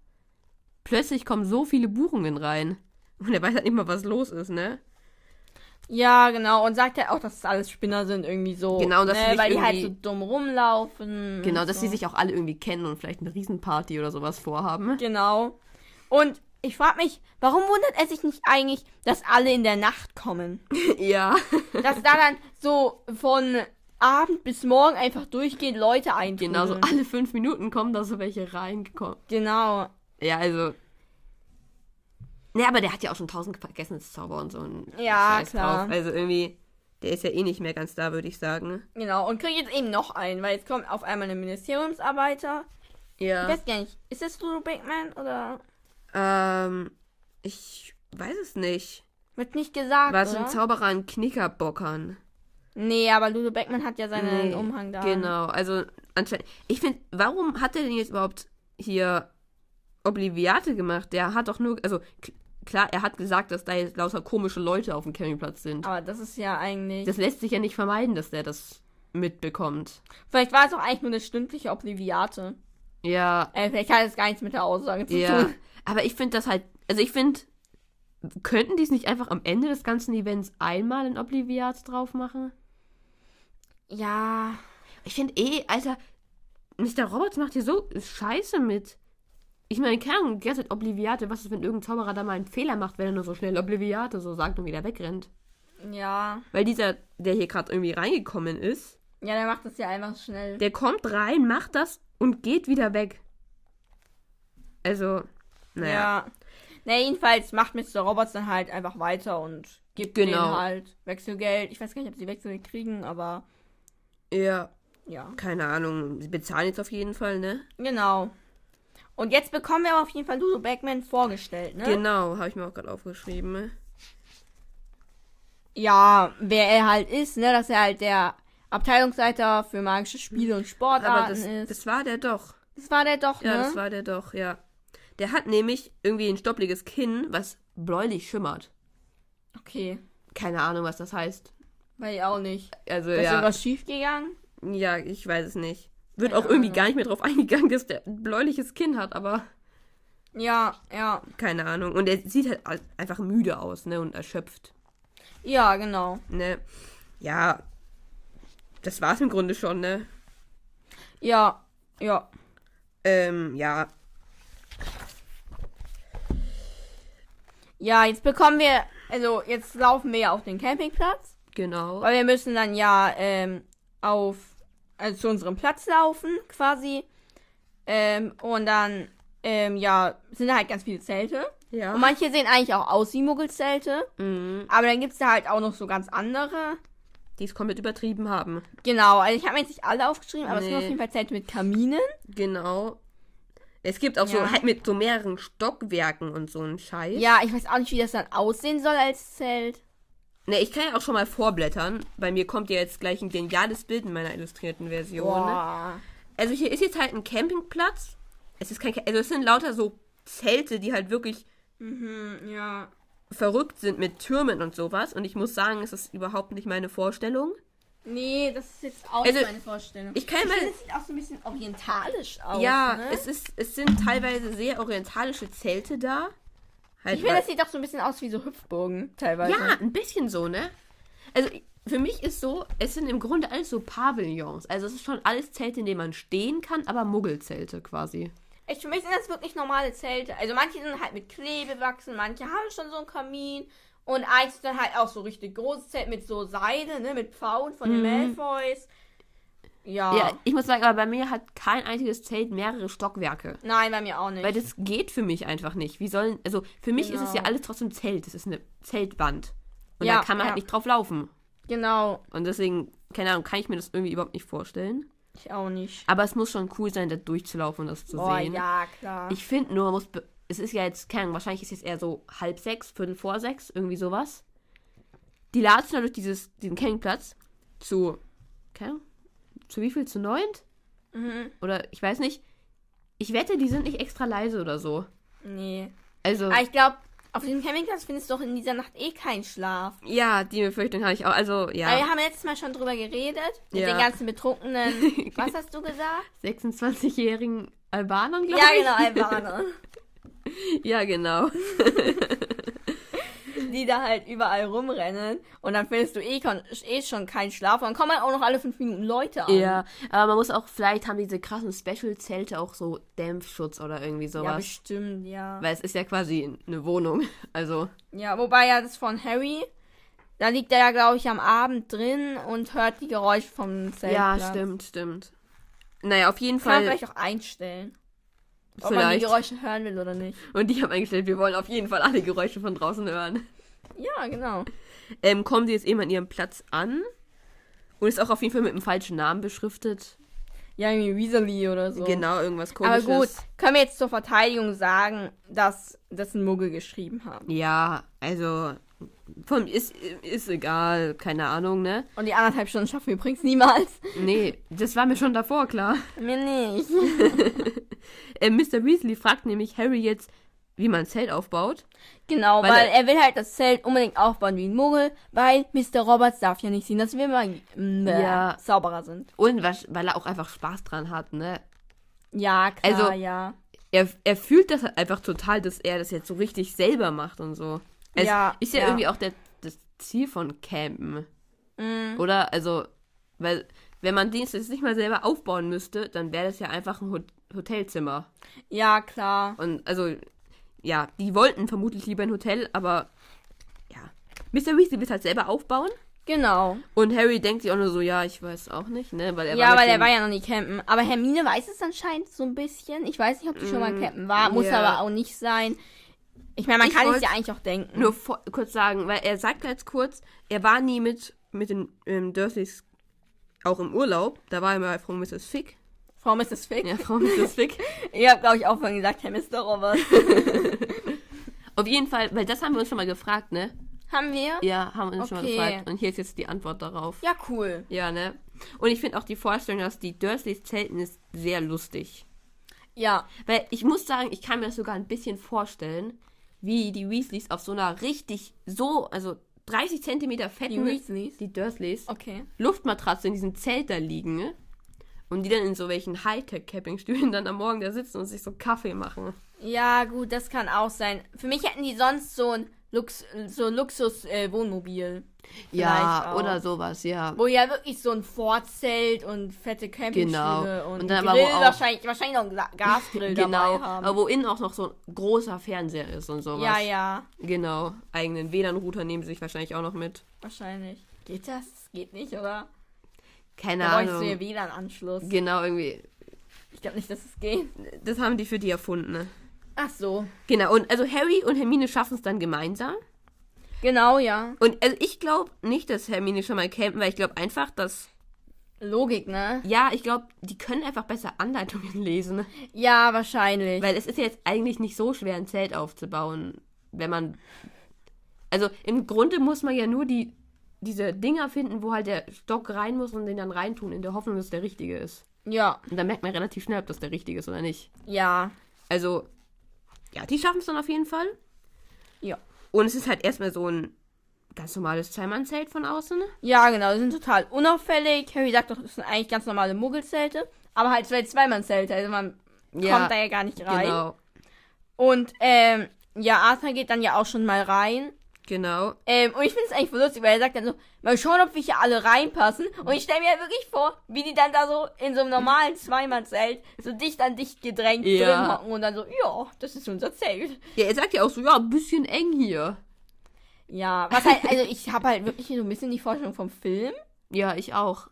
S1: Plötzlich kommen so viele Buchungen rein. Und er weiß halt nicht mal, was los ist, ne?
S2: Ja, genau. Und sagt ja auch, dass es alles Spinner sind, irgendwie so.
S1: Genau, dass sie
S2: ne?
S1: sich
S2: Weil die halt so
S1: irgendwie-
S2: dumm rumlaufen.
S1: Genau,
S2: und
S1: dass
S2: so.
S1: sie sich auch alle irgendwie kennen und vielleicht eine Riesenparty oder sowas vorhaben.
S2: Genau. Und ich frage mich, warum wundert er sich nicht eigentlich, dass alle in der Nacht
S1: *laughs*
S2: kommen?
S1: ja.
S2: Dass da dann so von Abend bis morgen einfach durchgehend Leute
S1: *laughs*
S2: eintrudeln.
S1: Genau, so alle fünf Minuten kommen da so welche reingekommen.
S2: Genau.
S1: Ja, also. Ne, aber der hat ja auch schon tausend Vergessenszauber und so. einen
S2: Ja,
S1: Scheiß
S2: klar.
S1: drauf. Also irgendwie, der ist ja eh nicht mehr ganz da, würde ich sagen.
S2: Genau. Und kriege jetzt eben noch einen, weil jetzt kommt auf einmal ein Ministeriumsarbeiter. Ich
S1: Ja.
S2: weiß gar nicht, ist das Ludo Beckman oder?
S1: Ähm, ich weiß es nicht.
S2: Wird nicht gesagt.
S1: War es
S2: oder?
S1: ein Zauberer an Knickerbockern?
S2: Nee, aber Ludo Beckman hat ja seinen Umhang da.
S1: Genau, also anscheinend. Ich finde, warum hat er denn jetzt überhaupt hier Obliviate gemacht? Der hat doch nur, also k- klar, er hat gesagt, dass da jetzt lauter komische Leute auf dem Campingplatz sind.
S2: Aber das ist ja eigentlich.
S1: Das lässt sich ja nicht vermeiden, dass der das mitbekommt.
S2: vielleicht war es auch eigentlich nur eine stündliche Obliviate.
S1: Ja,
S2: Äh, vielleicht hat es gar nichts mit der Aussage zu
S1: ja.
S2: tun.
S1: Aber ich finde das halt, also ich finde, könnten die es nicht einfach am Ende des ganzen Events einmal in Obliviate drauf machen?
S2: Ja.
S1: Ich finde eh, Alter, Mr. Roberts macht hier so Scheiße mit. Ich meine, keine Ahnung, die ganze Zeit Obliviate, was ist, wenn irgendein Zauberer da mal einen Fehler macht, wenn er nur so schnell Obliviate so sagt und wieder wegrennt?
S2: Ja.
S1: Weil dieser, der hier gerade irgendwie reingekommen ist,
S2: Ja, der macht das ja einfach schnell.
S1: der kommt rein, macht das und geht wieder weg. Also, naja.
S2: Ja. Na, jedenfalls macht Mr. Roberts dann halt einfach weiter und gibt denen
S1: Genau. halt
S2: halt Wechselgeld. Ich weiß gar nicht, ob sie Wechselgeld kriegen, aber
S1: Ja.
S2: ja.
S1: keine Ahnung. Sie bezahlen jetzt auf jeden Fall, ne?
S2: Genau. Und jetzt bekommen wir aber auf jeden Fall Ludo Backman vorgestellt, ne?
S1: Genau, habe ich mir auch gerade aufgeschrieben. ne?
S2: ja, wer er halt ist, ne? Dass er halt der Abteilungsleiter für magische Spiele und
S1: Aber
S2: Sportarten
S1: das,
S2: ist.
S1: das war der doch.
S2: Das war der doch,
S1: Ja,
S2: Ah, ne?
S1: das war der doch, ja. Der hat nämlich irgendwie ein stoppliges Kinn, was bläulich schimmert.
S2: okay.
S1: Keine Ahnung, was das heißt.
S2: Weiß ich auch nicht.
S1: Also,
S2: Ist
S1: ja.
S2: irgendwas schiefgegangen?
S1: Ja, ich weiß es nicht. Wird
S2: Keine
S1: auch irgendwie
S2: Ahnung.
S1: gar nicht mehr drauf *laughs* eingegangen, dass der ein bläuliches Kinn hat, aber
S2: Ja, ja.
S1: keine Ahnung. Und er sieht halt al- einfach müde aus, ne? Und erschöpft,
S2: Ja, genau.
S1: ne? Ja. Das war's im Grunde schon, ne?
S2: Ja, ja.
S1: Ähm, ja.
S2: Ja, jetzt bekommen wir, also jetzt laufen wir ja auf den Campingplatz,
S1: Genau.
S2: weil wir müssen dann ja ähm, auf, also zu unserem Platz laufen quasi. Ähm, und dann, ähm, ja, sind da halt ganz viele Zelte.
S1: Ja.
S2: Und manche sehen eigentlich auch aus wie Muggelzelte,
S1: Mhm.
S2: aber dann gibt's da halt auch noch so ganz andere.
S1: Die es komplett übertrieben haben.
S2: Genau, also ich habe mir jetzt nicht alle aufgeschrieben, aber es sind
S1: Nee.
S2: auf jeden Fall Zelte mit Kaminen.
S1: Genau. Es gibt auch so
S2: Ja.
S1: halt mit so mehreren Stockwerken und so einen Scheiß.
S2: Ja, ich weiß auch nicht, wie das dann aussehen soll als Zelt.
S1: Ne, ich kann ja auch schon mal vorblättern. Bei mir kommt ja jetzt gleich ein geniales Bild in meiner illustrierten Version. Ne?
S2: Boah.
S1: Also hier ist jetzt halt ein Campingplatz. Es ist kein, Ca- also es sind lauter so Zelte, die halt wirklich
S2: Mhm, ja.
S1: verrückt sind mit Türmen und sowas. Und ich muss sagen, es ist überhaupt nicht meine Vorstellung.
S2: Nee, das ist jetzt auch
S1: Also,
S2: nicht meine Vorstellung.
S1: ich kann mal-
S2: finde, das sieht auch so ein bisschen orientalisch aus.
S1: ja,
S2: ne?
S1: es ist, es sind teilweise sehr orientalische Zelte da. Halt
S2: ich finde,
S1: weil-
S2: das sieht auch so ein bisschen aus wie so Hüpfburgen teilweise.
S1: Ja, ein bisschen so, ne? Also ich- für mich ist so, es sind im Grunde alles so Pavillons. Also es ist schon alles Zelte, in denen man stehen kann, aber Muggelzelte quasi.
S2: Echt, für mich sind das wirklich normale Zelte. Also manche sind halt mit Klebewachsen, manche haben schon so einen Kamin. Und eins ist dann halt auch so richtig großes Zelt mit so Seide, ne, mit Pfauen von den Malfoys. Mhm. Ja.
S1: Ja, ich muss sagen, aber bei mir hat kein einziges Zelt mehrere Stockwerke.
S2: Nein, bei mir auch nicht.
S1: Weil das geht für mich einfach nicht. Wie sollen, also für mich ist es ja
S2: Genau.
S1: alles trotzdem Zelt. Es ist eine Zeltwand. Und
S2: Ja,
S1: da kann man
S2: ja.
S1: halt nicht drauf laufen.
S2: genau,
S1: Und deswegen, keine Ahnung, kann ich mir das irgendwie überhaupt nicht vorstellen.
S2: ich auch nicht.
S1: Aber es muss schon cool sein, da durchzulaufen und das zu
S2: Boah,
S1: sehen.
S2: ja, klar.
S1: Ich finde nur, man muss. be- Es ist ja jetzt, keine Ahnung, wahrscheinlich ist jetzt eher so halb sechs, viertel vor sechs, irgendwie sowas. Die latschen dann durch dieses, diesen Campingplatz zu. Keine Ahnung, zu wie viel? Zu neunt?
S2: mhm.
S1: Oder ich weiß nicht. Ich wette, die sind nicht extra leise oder so.
S2: Nee.
S1: Also.
S2: Aber ich glaube, auf diesem Campingplatz findest du doch in dieser Nacht eh keinen Schlaf.
S1: ja, die Befürchtung habe ich auch. Also, ja.
S2: Aber wir haben letztes Mal schon drüber geredet. Mit
S1: Ja.
S2: den ganzen *laughs* betrunkenen. Was hast du gesagt?
S1: 26-jährigen Albanern, glaube
S2: ja,
S1: ich.
S2: genau, Albaner.
S1: *laughs* Ja, genau.
S2: Die da halt überall rumrennen. Und dann findest du eh, kon- eh schon keinen Schlaf. Und dann kommen halt auch noch alle fünf Minuten Leute an.
S1: Ja, aber man muss auch, vielleicht haben diese krassen Special-Zelte auch so Dämpfschutz oder irgendwie
S2: Ja,
S1: sowas.
S2: bestimmt, ja.
S1: Weil es ist ja quasi eine Wohnung. Also.
S2: Ja, wobei ja das von Harry. Da liegt er ja, glaube ich, am Abend drin und hört die Geräusche vom Zelt.
S1: Ja, stimmt, stimmt. Naja, auf jeden
S2: Kann man
S1: Fall.
S2: vielleicht auch einstellen. Ob man die
S1: vielleicht.
S2: Geräusche hören will oder nicht.
S1: Und ich habe eingestellt, wir wollen auf jeden Fall alle Geräusche von draußen hören.
S2: Ja, genau.
S1: Ähm, kommen sie jetzt eben an ihrem Platz an und ist auch auf jeden Fall mit einem falschen Namen beschriftet.
S2: Ja, irgendwie Weasley oder so.
S1: Genau, irgendwas
S2: Aber
S1: komisches.
S2: gut, können wir jetzt zur Verteidigung sagen, dass das ein Muggel geschrieben haben.
S1: Ja, also von ist ist egal, keine Ahnung, ne?
S2: Und die anderthalb Stunden schaffen wir übrigens niemals. *laughs*
S1: Nee, das war mir schon davor klar.
S2: Mir nicht.
S1: Ähm, Mr. Weasley fragt nämlich Harry jetzt, wie man ein Zelt aufbaut.
S2: Genau,
S1: Weil
S2: weil,
S1: er-
S2: er will halt das Zelt unbedingt aufbauen wie ein Muggel, weil Mr. Roberts darf ja nicht sehen, dass wir mal
S1: Ja.
S2: Zauberer sind.
S1: Und was, weil er auch einfach Spaß dran hat, ne?
S2: Ja, klar,
S1: Also-
S2: ja.
S1: er, er fühlt das halt einfach total, dass er das jetzt so richtig selber macht und so. Es
S2: Ja,
S1: ist ja,
S2: ja.
S1: irgendwie auch der, das Ziel von Campen.
S2: Mm,
S1: Oder? Also, weil, wenn man Dienst jetzt nicht mal selber aufbauen müsste, dann wäre das ja einfach ein Ho Hotelzimmer.
S2: ja, klar.
S1: Und also, ja, die wollten vermutlich lieber ein Hotel, aber ja. Mr. Weasley will es halt selber aufbauen.
S2: Genau.
S1: Und Harry denkt sich auch nur so, ja, ich weiß auch nicht, ne? Weil er
S2: ja,
S1: war
S2: weil
S1: mit
S2: er
S1: dem-
S2: war ja noch nie campen. Aber Hermine weiß es anscheinend so ein bisschen. Ich weiß nicht, ob die schon mal campen war. Muss
S1: Mm, ja.
S2: aber auch nicht sein. Ich meine, man
S1: Ich
S2: kann es
S1: wollt-
S2: ja eigentlich auch denken.
S1: Nur vor, kurz sagen, weil er sagt jetzt kurz, er war nie mit, mit den ähm, Dursleys auch im Urlaub. Da war er mal Frau Mrs. Fick.
S2: Frau Mrs. Fick.
S1: Ja, Frau Mrs. Fick.
S2: Ihr habt, glaube ich, auch vorhin gesagt, Herr Mr. Roberts.
S1: *laughs* Auf jeden Fall, weil das haben wir uns schon mal gefragt, ne?
S2: Haben wir?
S1: Ja, haben wir uns schon mal
S2: Okay.
S1: gefragt. Und hier ist jetzt die Antwort darauf.
S2: Ja, cool.
S1: Ja, ne? Und ich finde auch die Vorstellung, dass die Dursleys zelten, ist sehr lustig.
S2: Ja.
S1: Weil ich muss sagen, ich kann mir das sogar ein bisschen vorstellen, wie die Weasleys auf so einer richtig so, also 30 Zentimeter fetten,
S2: Weasleys?
S1: die Dursleys,
S2: Okay.
S1: Luftmatratze in diesem Zelt da liegen ne? und die dann in so welchen Hightech-Campingstühlen dann am Morgen da sitzen und sich so Kaffee machen.
S2: Ja, gut, das kann auch sein. Für mich hätten die sonst so ein äh, Lux so Luxus-Wohnmobil.
S1: ja, oder sowas, ja.
S2: Wo ja wirklich so ein Vorzelt und fette Campingstühle
S1: Genau.
S2: und,
S1: Und dann
S2: und dann
S1: aber wo
S2: Grill
S1: auch-
S2: wahrscheinlich, wahrscheinlich noch einen Gla-
S1: *laughs*
S2: Gasgrill
S1: Genau,
S2: dabei haben.
S1: aber wo innen auch noch so ein großer Fernseher ist und sowas.
S2: ja, ja,
S1: Genau, eigenen WLAN-Router nehmen sie sich wahrscheinlich auch noch mit.
S2: wahrscheinlich. Geht das? Geht nicht, oder?
S1: Keine
S2: Da bräuchst du ja
S1: Ahnung.
S2: WLAN-Anschluss.
S1: Genau, irgendwie.
S2: Ich glaube nicht, dass es geht.
S1: Das haben die für die erfunden, ne?
S2: Ach so.
S1: Genau, und also Harry und Hermine schaffen es dann gemeinsam.
S2: Genau, ja.
S1: Und also ich glaube nicht, dass Hermine schon mal campen, weil ich glaube einfach, dass.
S2: Logik, ne?
S1: Ja, ich glaube, die können einfach besser Anleitungen lesen.
S2: Ja, wahrscheinlich.
S1: Weil es ist ja jetzt eigentlich nicht so schwer, ein Zelt aufzubauen, wenn man. Also im Grunde muss man ja nur die, diese Dinger finden, wo halt der Stock rein muss und den dann reintun, in der Hoffnung, dass es der richtige ist.
S2: ja,
S1: Und dann merkt man relativ schnell, ob das der richtige ist oder nicht.
S2: ja,
S1: Also, ja, die schaffen es dann auf jeden Fall.
S2: ja.
S1: Und es ist halt erstmal so ein ganz normales Zweimann-Zelt von außen. ne?
S2: Ja, genau, die sind total unauffällig. Harry sagt doch, das sind eigentlich ganz normale Muggelzelte. Aber halt zwei Zweimann-Zelte, also man
S1: Ja,
S2: kommt da ja gar nicht rein.
S1: Genau,
S2: Und ähm, ja, Arthur geht dann ja auch schon mal rein.
S1: genau.
S2: Ähm, und ich finde es eigentlich voll lustig, weil er sagt dann so, mal schauen, ob wir hier alle reinpassen. Und ich stelle mir halt wirklich vor, wie die dann da so in so einem normalen Zweimann-Zelt so dicht an dicht gedrängt
S1: Ja.
S2: drin hocken und dann so, ja, das ist unser Zelt.
S1: Ja, er sagt ja auch so, ja, ein bisschen eng hier.
S2: Ja, was halt, also ich habe halt wirklich so ein bisschen die Vorstellung vom Film.
S1: Ja, ich auch.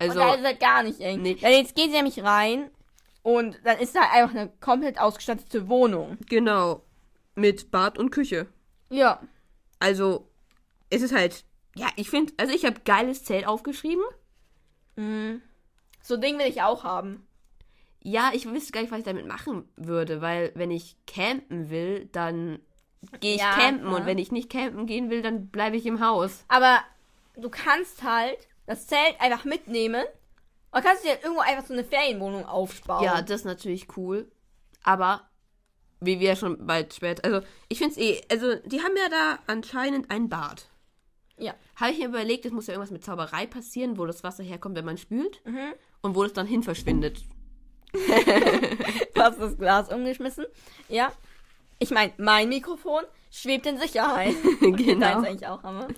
S1: Also,
S2: und da ist halt gar nicht eng.
S1: Nee.
S2: Dann jetzt gehen sie nämlich rein und dann ist da einfach eine komplett ausgestattete Wohnung.
S1: genau. Mit Bad und Küche.
S2: Ja.
S1: Also, es ist halt, ja, ich finde, also ich habe geiles Zelt aufgeschrieben.
S2: So ein Ding will ich auch haben.
S1: Ja, ich wüsste gar nicht, was ich damit machen würde, weil wenn ich campen will, dann gehe ich
S2: Ja,
S1: campen und
S2: ja.
S1: wenn ich nicht campen gehen will, dann bleibe ich im Haus.
S2: Aber du kannst halt das Zelt einfach mitnehmen und kannst dir halt irgendwo einfach so eine Ferienwohnung aufbauen.
S1: Ja, das ist natürlich cool. Aber wie wir schon bald später. Also, ich finde es eh. Also, die haben ja da anscheinend ein Bad.
S2: Ja.
S1: Habe ich mir überlegt, es muss ja irgendwas mit Zauberei passieren, wo das Wasser herkommt, wenn man spült. Und wo das dann hin verschwindet.
S2: Du hast das Glas umgeschmissen. Ja. Ich meine, mein Mikrofon schwebt
S1: *laughs*
S2: in Sicherheit.
S1: genau.
S2: Deins eigentlich auch, Hammer.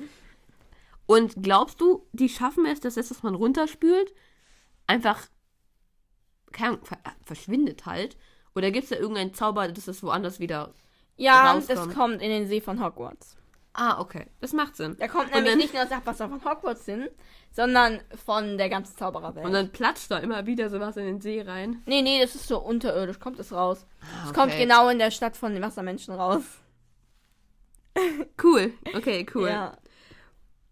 S1: Und glaubst du, die schaffen es, dass das, was man runterspült, einfach. Keine Ahnung, ver äh, verschwindet halt? Oder gibt es da irgendeinen Zauber, dass das woanders wieder.
S2: Ja,
S1: Rauskommt.
S2: das kommt in den See von Hogwarts.
S1: Ah, okay. Das macht Sinn.
S2: Da kommt
S1: Und
S2: nämlich
S1: dann-
S2: nicht nur das Abwasser von Hogwarts hin, sondern von der ganzen Zaubererwelt.
S1: Und dann platscht da immer wieder sowas in den See rein.
S2: nee, nee, das ist so unterirdisch, kommt es raus. Es
S1: okay.
S2: kommt genau in der Stadt von den Wassermenschen raus.
S1: Cool, okay, cool.
S2: Ja.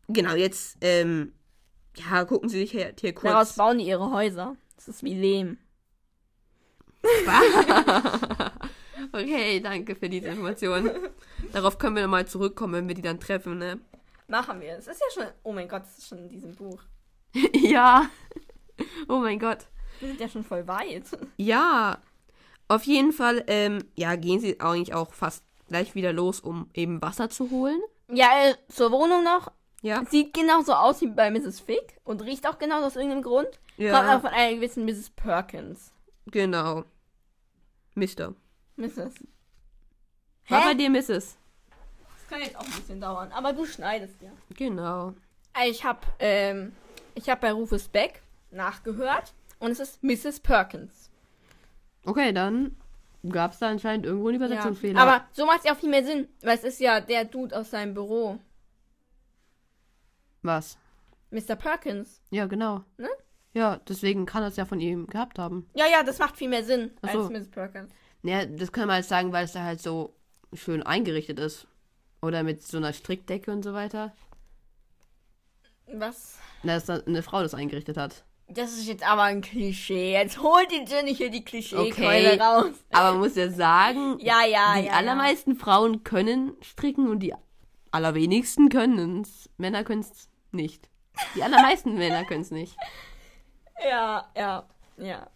S1: Genau, jetzt, ähm, ja, gucken Sie sich hier, hier kurz.
S2: Daraus bauen die ihre Häuser. Das ist wie Lehm.
S1: *laughs* Okay, danke für diese Information. Darauf können wir nochmal zurückkommen, wenn wir die dann treffen, ne?
S2: Machen wir. Es ist ja schon. Oh mein Gott, es ist schon in diesem Buch.
S1: *laughs* ja. Oh mein Gott.
S2: Wir sind ja schon voll weit.
S1: Ja. Auf jeden Fall, ähm, ja, gehen Sie eigentlich auch fast gleich wieder los, um eben Wasser zu holen.
S2: Ja, äh, zur Wohnung noch.
S1: Ja.
S2: Sieht genauso aus wie bei Mrs. Fick und riecht auch genau aus irgendeinem Grund.
S1: Ja.
S2: Kommt auch von einer gewissen Mrs. Perkins.
S1: Genau. Mister.
S2: Mrs.
S1: War
S2: Hä?
S1: bei dir Mrs.
S2: Das kann jetzt auch ein bisschen dauern, aber du schneidest ja.
S1: Genau.
S2: Ich habe ähm, ich hab bei Rufus Beck nachgehört und es ist Mrs. Perkins.
S1: Okay, dann gab es da anscheinend irgendwo einen
S2: Ja.
S1: Übersetzungsfehler.
S2: Aber so macht es ja auch viel mehr Sinn, weil es ist ja der Dude aus seinem Büro.
S1: Was?
S2: Mr. Perkins.
S1: Ja, genau.
S2: Ne?
S1: Ja, deswegen kann er es ja von ihm gehabt haben.
S2: Ja, ja, das macht viel mehr Sinn
S1: Ach so.
S2: als Mrs. Perkins.
S1: Naja, das kann man halt sagen, weil es da halt so schön eingerichtet ist. Oder mit so einer Strickdecke und so weiter.
S2: Was?
S1: Na, dass da eine Frau das eingerichtet hat.
S2: Das ist jetzt aber ein Klischee. Jetzt holt die Jenny hier die Klischeekeule
S1: Okay.
S2: raus.
S1: Aber man muss ja sagen,
S2: Ja, ja,
S1: die
S2: ja.
S1: allermeisten Frauen können stricken und die allerwenigsten können es. Männer können es nicht. Die allermeisten Männer können es nicht.
S2: Ja, ja, ja.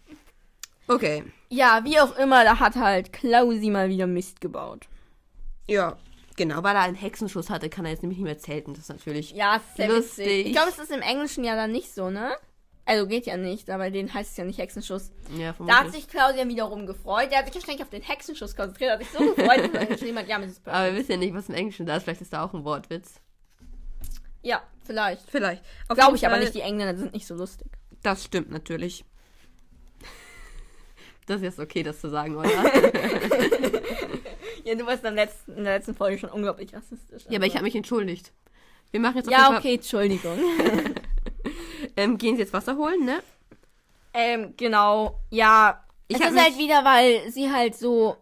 S1: Okay.
S2: Ja, wie auch immer, da hat halt Klausi mal wieder Mist gebaut.
S1: Ja. Genau, weil er einen Hexenschuss hatte, kann er jetzt nämlich nicht mehr zelten. Das ist natürlich.
S2: Ja, ist sehr
S1: Lustig.
S2: witzig. Ich glaube, es ist im Englischen ja dann nicht so, ne? Also geht ja nicht, aber den heißt es ja nicht Hexenschuss.
S1: Ja,
S2: Da hat
S1: vermutlich.
S2: sich Klausi dann wiederum gefreut. Der hat sich wahrscheinlich auf den Hexenschuss konzentriert, hat sich so gefreut, *laughs* dass eigentlich niemand ja Mrs. Perkins.
S1: Aber wir wissen ja nicht, was im Englischen da ist. Vielleicht ist da auch ein Wortwitz.
S2: Ja, vielleicht.
S1: Vielleicht.
S2: Glaube ich aber nicht, die Engländer sind nicht so lustig.
S1: Das stimmt natürlich. *laughs* Das ist jetzt okay, das zu sagen, *laughs* oder?
S2: Ja, du warst am letzten, in der letzten Folge schon unglaublich rassistisch.
S1: ja, aber ich habe mich entschuldigt. Wir machen jetzt auf
S2: Ja,
S1: jeden
S2: okay, Entschuldigung.
S1: Fall, ähm, gehen Sie jetzt Wasser holen, ne?
S2: ähm, genau, ja.
S1: Ich
S2: es
S1: hab
S2: ist
S1: mich-
S2: halt wieder, weil sie halt so,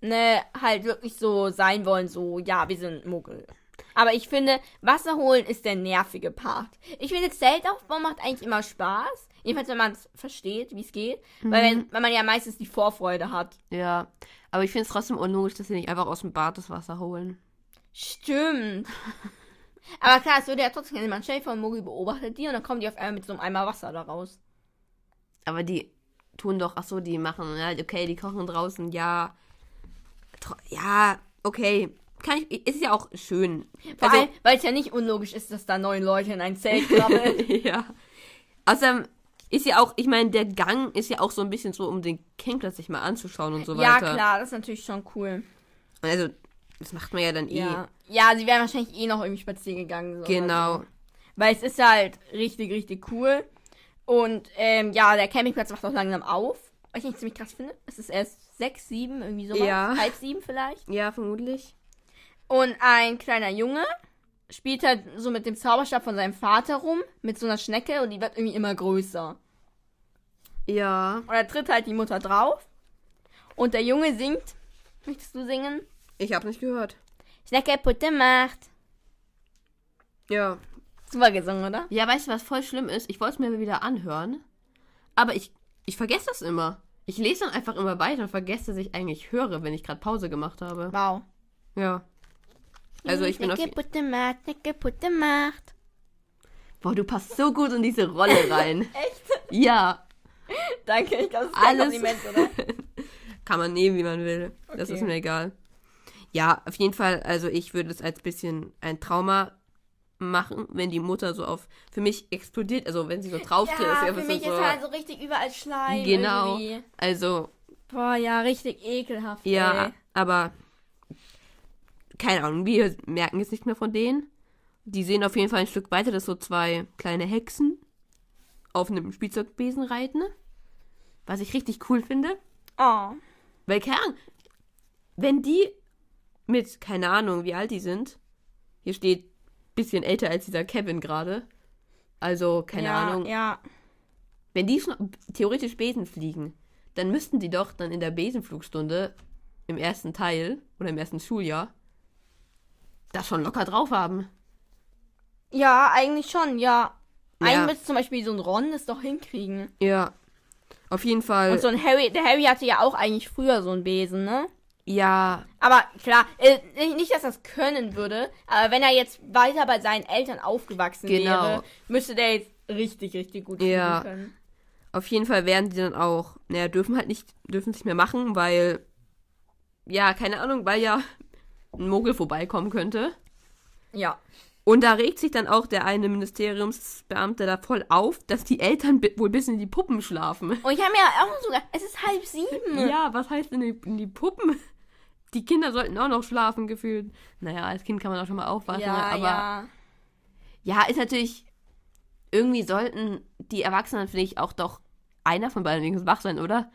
S2: ne, halt wirklich so sein wollen, so, ja, wir sind Muggel. Aber ich finde, Wasser holen ist der nervige Part. Ich finde, Zelt aufbauen macht eigentlich immer Spaß. Jedenfalls, wenn man es versteht, wie es geht. Weil, wenn, weil man ja meistens die Vorfreude hat.
S1: Ja. Aber ich finde es trotzdem unlogisch, dass Sie nicht einfach aus dem Bad das Wasser holen.
S2: Stimmt. Aber klar, es würde ja trotzdem jemand stell dir vor, ein Muggel beobachtet die und dann kommen die auf einmal mit so einem Eimer Wasser da raus.
S1: Aber die tun doch, ach so, die machen, ja, okay, die kochen draußen, ja. Tro- Ja, okay. Kann ich, ist ja auch schön.
S2: Vor
S1: Also-
S2: allem, weil es ja nicht unlogisch ist, dass da neun Leute in ein
S1: *laughs*
S2: Zelt krabbeln.
S1: ja. Außerdem ist ja auch, ich meine, der Gang ist ja auch so ein bisschen so, um den Campingplatz sich mal anzuschauen und so
S2: ja,
S1: weiter.
S2: klar, das ist natürlich schon cool.
S1: Und Also, das macht man ja dann eh.
S2: Ja. ja, sie wären wahrscheinlich eh noch irgendwie spazieren gegangen. So
S1: Genau.
S2: Oder so. Weil es ist halt richtig, richtig cool. Und ähm, ja, der Campingplatz macht auch langsam auf. Was ich ziemlich krass finde. Es ist erst sechs, sieben, irgendwie sowas.
S1: Ja.
S2: Halb sieben vielleicht.
S1: Ja, vermutlich.
S2: Und ein kleiner Junge spielt halt so mit dem Zauberstab von seinem Vater rum, mit so einer Schnecke und die wird irgendwie immer größer.
S1: Ja.
S2: Und da tritt halt die Mutter drauf und der Junge singt. Möchtest du singen?
S1: Ich habe nicht gehört.
S2: Schnecke putte Macht.
S1: Ja.
S2: Super gesungen, oder?
S1: Ja, weißt du, was voll schlimm ist? Ich wollte es mir wieder anhören, aber ich, ich vergesse das immer. Ich lese dann einfach immer weiter und vergesse, dass ich eigentlich höre, wenn ich gerade Pause gemacht habe.
S2: Wow.
S1: Ja. Also ich bin auf...
S2: Schnecke Hm, putte Macht, Schnecke putte Macht.
S1: Boah, du passt so gut in diese Rolle *laughs* rein. Echt? Ja.
S2: *laughs* Danke, ich glaube, das ist kein
S1: Alles.
S2: Kompliment,
S1: *laughs*
S2: oder?
S1: Kann man nehmen, wie man will. Das
S2: Okay.
S1: ist mir egal. Ja, auf jeden Fall, also ich würde es als bisschen ein Trauma machen, wenn die Mutter so auf, für mich explodiert, also wenn sie so drauf tritt, ist sie
S2: ja,
S1: einfach
S2: für mich
S1: so,
S2: ist halt so richtig überall Schleim
S1: Genau.
S2: irgendwie.
S1: also,
S2: Boah, ja, richtig ekelhaft.
S1: ja,
S2: Ey.
S1: aber keine Ahnung, wir merken jetzt nicht mehr von denen. Die sehen auf jeden Fall ein Stück weiter, dass so zwei kleine Hexen auf einem Spielzeugbesen reiten, ne? was ich richtig cool finde.
S2: Oh.
S1: Weil, keine Ahnung, wenn die mit, keine Ahnung, wie alt die sind, hier steht bisschen älter als dieser Kevin gerade. Also, keine
S2: ja,
S1: Ahnung.
S2: Ja.
S1: Wenn die schon theoretisch Besen fliegen, dann müssten die doch dann in der Besenflugstunde im ersten Teil oder im ersten Schuljahr das schon locker drauf haben.
S2: Ja, eigentlich schon, ja.
S1: Ja.
S2: Eigentlich müsste zum Beispiel so ein Ron das doch hinkriegen.
S1: Ja. Auf jeden Fall.
S2: Und so ein Harry, der Harry hatte ja auch eigentlich früher so einen Besen, ne?
S1: ja,
S2: Aber klar, äh, nicht, nicht, dass das können würde, aber wenn er jetzt weiter bei seinen Eltern aufgewachsen
S1: Genau.
S2: wäre, müsste der jetzt richtig, richtig gut fliegen
S1: Ja.
S2: können.
S1: Auf jeden Fall werden die dann auch, naja, dürfen halt nicht, dürfen es nicht mehr machen, weil, ja, keine Ahnung, weil ja ein Mogel vorbeikommen könnte.
S2: Ja.
S1: Und da regt sich dann auch der eine Ministeriumsbeamte da voll auf, dass die Eltern bi- wohl bis in die Puppen schlafen.
S2: Und ich habe mir auch sogar, es ist halb sieben.
S1: Ja, was heißt in die, in die Puppen? Die Kinder sollten auch noch schlafen gefühlt. Naja, als Kind kann man auch schon mal aufwachen, aber
S2: ja.
S1: Ja, ist natürlich. Irgendwie sollten die Erwachsenen, finde ich, auch doch einer von beiden wenigstens wach sein, oder?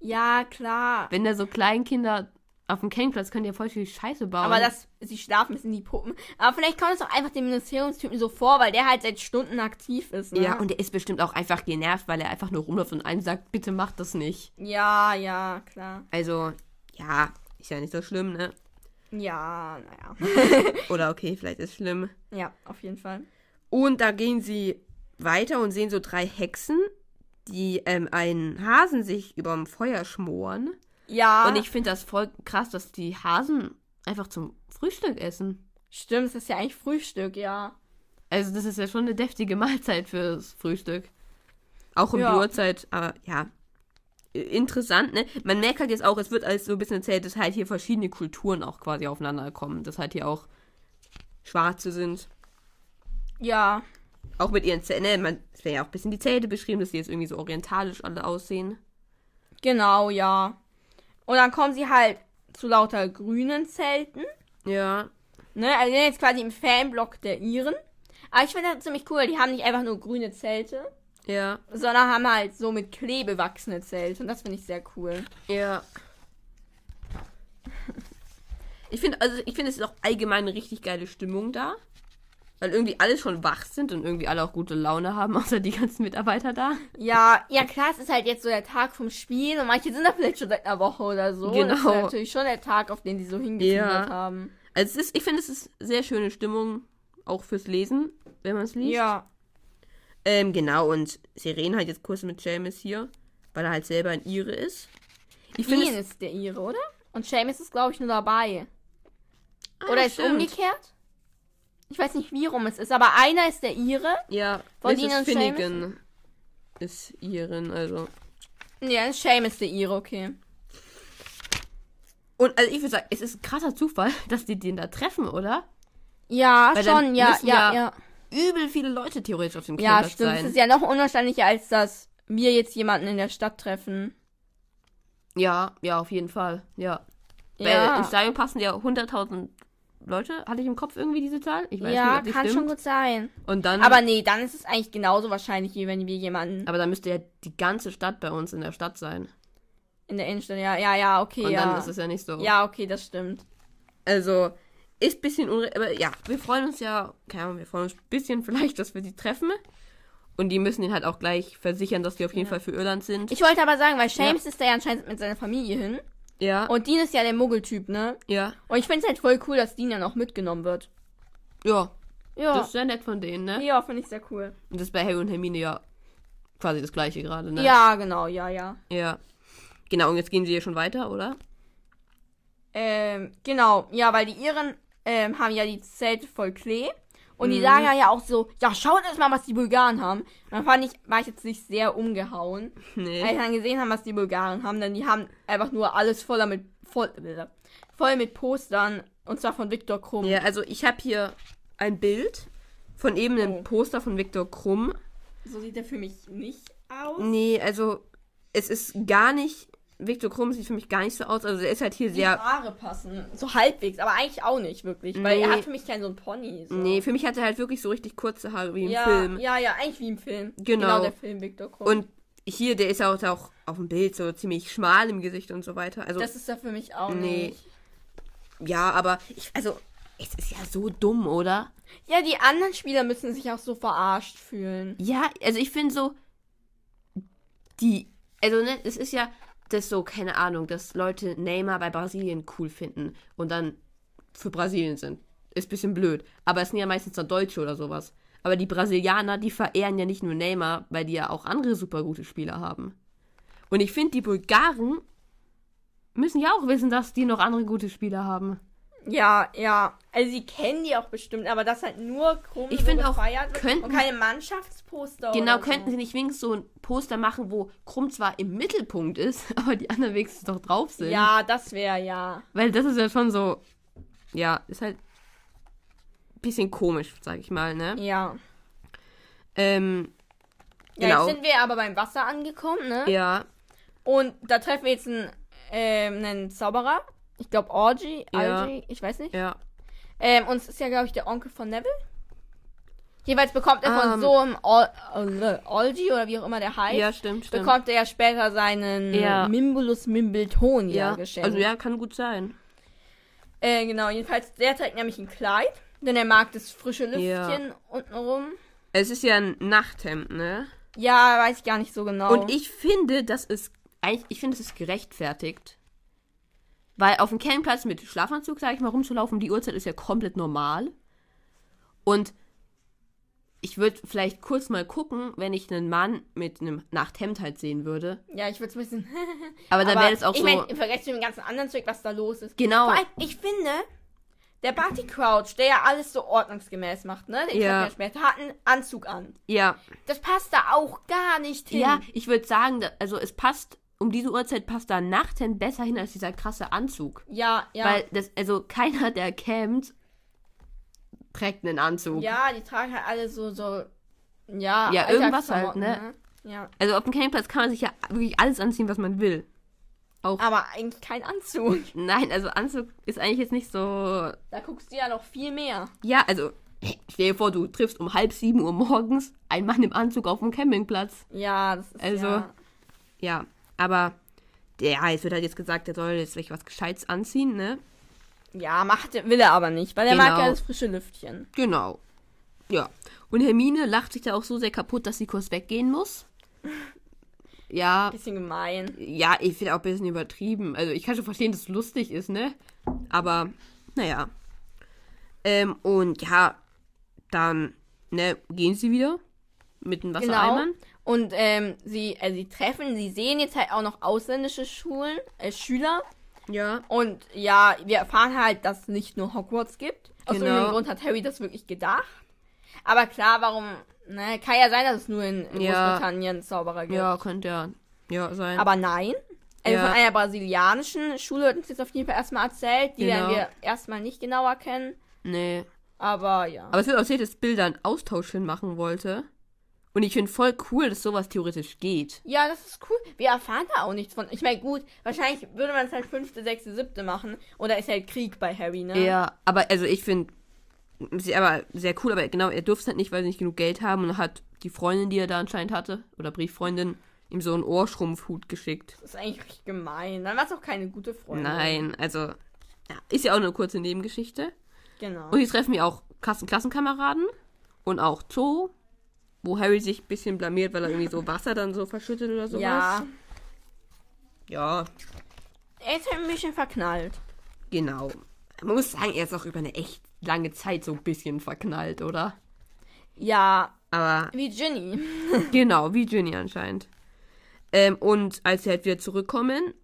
S2: Ja, klar.
S1: Wenn da so Kleinkinder auf dem Campingplatz könnt ihr voll viel Scheiße bauen.
S2: Aber das, sie schlafen müssen die Puppen. Aber vielleicht kommt es auch einfach dem Ministeriumstypen so vor, weil der halt seit Stunden aktiv ist. Ne?
S1: Ja, und er ist bestimmt auch einfach genervt, weil er einfach nur rumläuft und allen sagt, bitte macht das nicht.
S2: ja, ja, klar.
S1: Also, ja, ist ja nicht so schlimm, ne?
S2: Ja, naja. *laughs*
S1: Oder okay, vielleicht ist schlimm.
S2: ja, auf jeden Fall.
S1: Und da gehen sie weiter und sehen so drei Hexen, die ähm, einen Hasen sich überm Feuer schmoren.
S2: Ja.
S1: Und ich finde das voll krass, dass die Hasen einfach zum Frühstück essen.
S2: Stimmt, es ist ja eigentlich Frühstück, ja.
S1: Also das ist ja schon eine deftige *laughs* Mahlzeit fürs Frühstück. Auch um
S2: Ja.
S1: die Uhrzeit, aber ja. Äh, Interessant, ne? Man merkt halt jetzt auch, es wird alles so ein bisschen erzählt, dass halt hier verschiedene Kulturen auch quasi aufeinander kommen. Dass halt hier auch Schwarze sind.
S2: Ja.
S1: Auch mit ihren Zähnen, ne? Man, es werden ja auch ein bisschen die Zähne beschrieben, dass die jetzt irgendwie so orientalisch alle aussehen.
S2: Genau, ja. Und dann kommen sie halt zu lauter grünen Zelten.
S1: Ja.
S2: Ne? Also die sind jetzt quasi im Fanblock der Iren. Aber ich finde das ziemlich cool. Die haben nicht einfach nur grüne Zelte,
S1: Ja.
S2: sondern haben halt so mit Klee bewachsene Zelte. Und das finde ich sehr cool.
S1: Ja. Ich finde, also ich finde, es ist auch allgemein eine richtig geile Stimmung da. Weil irgendwie alle schon wach sind und irgendwie alle auch gute Laune haben, *laughs* außer die ganzen Mitarbeiter da.
S2: Ja, ja klar, es ist halt jetzt so der Tag vom Spiel und manche sind da vielleicht schon seit einer Woche oder so. Das ist
S1: Genau.
S2: natürlich schon der Tag, auf den die so
S1: Ja.
S2: hingefiebert haben.
S1: Also es ist, ich finde, es ist sehr schöne Stimmung, auch fürs Lesen, wenn man es liest.
S2: Ja.
S1: Ähm, genau, und sie reden halt jetzt kurz mit James hier, weil er halt selber ein Ire ist. Ich finde
S2: Ian
S1: es-
S2: ist der Ire, oder? Und Seamus ist, glaube ich, nur dabei.
S1: Ah,
S2: Oder ist
S1: stimmt.
S2: umgekehrt? Ich weiß nicht, wie rum es ist, aber einer ist der Ire.
S1: Ja,
S2: Von
S1: Mrs.
S2: Dean und
S1: Finnegan ist Irin, also.
S2: Ja, Shame ist der Ire, okay.
S1: Und also ich würde sagen, es ist ein krasser Zufall, *laughs* dass die den da treffen, oder?
S2: Ja,
S1: Weil dann
S2: schon, ja,
S1: müssen
S2: ja,
S1: ja
S2: ja.
S1: Übel viele Leute theoretisch auf dem
S2: Ja,
S1: Campingplatz
S2: stimmt. Es
S1: sein.
S2: ist ja noch unwahrscheinlicher, als dass wir jetzt jemanden in der Stadt treffen.
S1: Ja, ja, auf jeden Fall. Ja. Weil ins
S2: Ja,
S1: Stadion passen ja 100.000 Leute. Hatte ich im Kopf irgendwie diese Zahl? Ich weiß
S2: ja
S1: nicht, ob die
S2: kann schon
S1: stimmt.
S2: gut sein.
S1: Und dann,
S2: Aber nee, dann ist es eigentlich genauso wahrscheinlich, wie wenn wir jemanden
S1: aber dann müsste ja die ganze Stadt bei uns in der Stadt sein.
S2: in der Innenstadt. Ja, ja, ja, okay,
S1: Und
S2: ja.
S1: dann ist es ja nicht so.
S2: ja, okay, das stimmt.
S1: Also, ist ein bisschen unre... Aber ja, wir freuen uns ja... Keine Ahnung, wir freuen uns ein bisschen vielleicht, dass wir die treffen. Und die müssen ihn halt auch gleich versichern, dass die auf jeden Fall für Irland sind.
S2: Ich wollte aber sagen, weil Shames ist da ja anscheinend mit seiner Familie hin.
S1: ja,
S2: Und Dean ist ja der Muggeltyp, ne?
S1: ja,
S2: Und ich find's halt voll cool, dass Dean dann auch mitgenommen wird.
S1: ja.
S2: Ja.
S1: Das ist sehr nett von denen, ne?
S2: ja, finde ich sehr cool.
S1: Und das ist bei Harry und Hermine ja quasi das gleiche gerade, ne?
S2: Ja, genau, ja, ja.
S1: Ja. Genau, und jetzt gehen sie ja schon weiter, oder?
S2: Ähm, genau, ja, weil die Iren ähm, haben ja die Zelte voll Klee. Und
S1: Mhm.
S2: die sagen ja auch so, ja, schaut erst mal, was die Bulgaren haben. Und dann fand ich, war ich jetzt nicht sehr umgehauen.
S1: Nee.
S2: Als ich dann gesehen haben, was die Bulgaren haben, denn die haben einfach nur alles voller mit, voll, äh, voll mit Postern. Und zwar von Viktor Krumm.
S1: Ja, also ich habe hier ein Bild von eben einem
S2: Oh.
S1: Poster von Viktor Krumm.
S2: So sieht er für mich nicht aus.
S1: Nee, also es ist gar nicht. Viktor Krumm sieht für mich gar nicht so aus. Also er ist halt hier
S2: Die
S1: sehr.
S2: Haare passen. So halbwegs, aber eigentlich auch nicht wirklich. Weil er
S1: Nee.
S2: hat für mich keinen so einen Pony. So.
S1: Nee, für mich hat er halt wirklich so richtig kurze Haare wie im
S2: ja,
S1: Film.
S2: ja, ja, eigentlich wie im Film.
S1: Genau.
S2: genau der Film Viktor Krumm.
S1: Und hier, der ist auch, auch auf dem Bild so ziemlich schmal im Gesicht und so weiter. Also
S2: das ist ja für mich auch
S1: Nee.
S2: nicht.
S1: ja, aber ich, also es ist ja so dumm, oder?
S2: Ja, die anderen Spieler müssen sich auch so verarscht fühlen.
S1: Ja, also ich finde so, die, also ne, es ist ja das so, keine Ahnung, dass Leute Neymar bei Brasilien cool finden und dann für Brasilien sind. Ist ein bisschen blöd. Aber es sind ja meistens dann Deutsche oder sowas. Aber die Brasilianer, die verehren ja nicht nur Neymar, weil die ja auch andere super gute Spieler haben. Und ich finde, die Bulgaren müssen ja auch wissen, dass die noch andere gute Spieler haben.
S2: Ja, ja. Also sie kennen die auch bestimmt, aber das halt nur krumm
S1: Ich
S2: so
S1: find auch,
S2: gefeiert wird
S1: könnten-
S2: und keine Mannschaftsposter
S1: Genau,
S2: oder
S1: könnten sie
S2: so.
S1: nicht wenigstens so ein Poster machen, wo Krumm zwar im Mittelpunkt ist, *laughs* aber die anderen wenigstens doch drauf sind.
S2: Ja, das wäre ja.
S1: Weil das ist ja schon so. Ja, ist halt ein bisschen komisch, sag ich mal, ne?
S2: Ja.
S1: Ähm,
S2: Ja,
S1: Genau.
S2: jetzt sind wir aber beim Wasser angekommen, ne?
S1: ja,
S2: Und da treffen wir jetzt einen, ähm, einen Zauberer. Ich glaube Orgy,
S1: Ja.
S2: Algy, ich weiß nicht.
S1: ja.
S2: Ähm, und es ist ja, glaube ich, der Onkel von Neville. Jeweils bekommt er von
S1: Ähm.
S2: so einem Ol- Olgi oder wie auch immer der heißt,
S1: Ja, stimmt, stimmt.
S2: bekommt er ja später seinen
S1: Ja.
S2: Mimbulus Mimbletonia
S1: ja.
S2: geschenkt.
S1: Also ja, kann gut sein.
S2: Äh, genau, jedenfalls, der trägt nämlich ein Kleid, denn er mag das frische Lüftchen untenrum.
S1: Es ist ja ein Nachthemd, ne?
S2: Ja, weiß ich gar nicht so genau.
S1: Und ich finde, das ist eigentlich, ich finde, das ist gerechtfertigt. Weil auf dem Campingplatz mit Schlafanzug, sage ich mal, rumzulaufen, die Uhrzeit ist ja komplett normal. Und ich würde vielleicht kurz mal gucken, wenn ich einen Mann mit einem Nachthemd halt sehen würde.
S2: Ja, ich würde es ein bisschen.
S1: Aber dann
S2: Aber
S1: wäre es auch
S2: ich
S1: so.
S2: mein, im Vergleich zu dem ganzen anderen Zeug, was da los ist.
S1: Genau.
S2: Vor allem, ich finde, der Barty Crouch, der ja alles so ordnungsgemäß macht, ne? Den
S1: Ja.
S2: ja. später, hat einen Anzug an.
S1: ja.
S2: Das passt da auch gar nicht hin.
S1: Ja, ich würde sagen, da, also es passt, um diese Uhrzeit passt da ein Nachthemd besser hin als dieser krasse Anzug.
S2: ja, ja.
S1: Weil das, also keiner, der campt, trägt einen Anzug.
S2: ja, die tragen halt alle so, so. Ja,
S1: Ja, irgendwas halt,
S2: Alltagsklamotten,
S1: ne?
S2: ne? Ja.
S1: Also auf dem Campingplatz kann man sich ja wirklich alles anziehen, was man will.
S2: Aber eigentlich kein Anzug.
S1: Nein, also Anzug ist eigentlich jetzt nicht so.
S2: *laughs* Da guckst du ja noch viel mehr.
S1: Ja, also stell dir vor, du triffst um halb sieben Uhr morgens einen Mann im Anzug auf dem Campingplatz.
S2: Ja, das ist
S1: Also-
S2: ja.
S1: Ja, aber der, es wird halt jetzt gesagt, der soll jetzt vielleicht was Gescheites anziehen, ne?
S2: Ja, macht, will er aber nicht, weil er mag
S1: Genau.
S2: ja das frische Lüftchen.
S1: Genau. Ja. Und Hermine lacht sich da auch so sehr kaputt, dass sie kurz weggehen muss. Ja,
S2: Bisschen gemein.
S1: ja, ich finde auch ein bisschen übertrieben. Also ich kann schon verstehen, dass es lustig ist, ne? Aber, naja. Ähm, und ja, dann, ne, gehen sie wieder mit den
S2: Genau.
S1: Wassereimern.
S2: Und ähm, sie, äh, sie treffen, sie sehen jetzt halt auch noch ausländische Schulen, äh, Schüler.
S1: Ja.
S2: Und ja, wir erfahren halt, dass es nicht nur Hogwarts gibt. Aus
S1: Genau.
S2: irgendeinem Grund hat Harry das wirklich gedacht. Aber klar, warum, ne, kann ja sein, dass es nur in, in
S1: Ja.
S2: Großbritannien Zauberer gibt.
S1: Ja, könnte ja, ja sein.
S2: Aber nein. Also
S1: Ja.
S2: von einer brasilianischen Schule wird uns jetzt auf jeden Fall erstmal erzählt, die
S1: Genau.
S2: werden wir erstmal nicht genauer kennen.
S1: nee.
S2: Aber ja.
S1: Aber es wird auch sehr, dass Bilder einen Austausch hin machen wollte. Und ich finde voll cool, dass sowas theoretisch geht.
S2: Ja, das ist cool. Wir erfahren da auch nichts von. Ich meine, gut, wahrscheinlich würde man es halt fünfte, sechste, siebte machen. Oder ist halt Krieg bei Harry, ne?
S1: Ja, aber also ich finde, aber sehr cool, aber genau, er durfte es halt nicht, weil sie nicht genug Geld haben und hat die Freundin, die er da anscheinend hatte, oder Brieffreundin, ihm so einen Ohrschrumpfhut geschickt.
S2: Das ist eigentlich richtig gemein. Dann war es auch keine gute Freundin.
S1: Nein, also ja, ist ja auch nur eine kurze Nebengeschichte.
S2: Genau.
S1: Und die treffen wir auch Klassen Klassenkameraden und auch Zoo, wo Harry sich ein bisschen blamiert, weil er irgendwie so Wasser dann so verschüttet oder sowas.
S2: ja.
S1: Ja,
S2: Er ist halt ein bisschen verknallt.
S1: genau. Man muss sagen, er ist auch über eine echt lange Zeit so ein bisschen verknallt, oder?
S2: Ja,
S1: Aber
S2: wie Ginny.
S1: Genau, wie Ginny anscheinend. Ähm, und als sie halt wieder zurückkommen,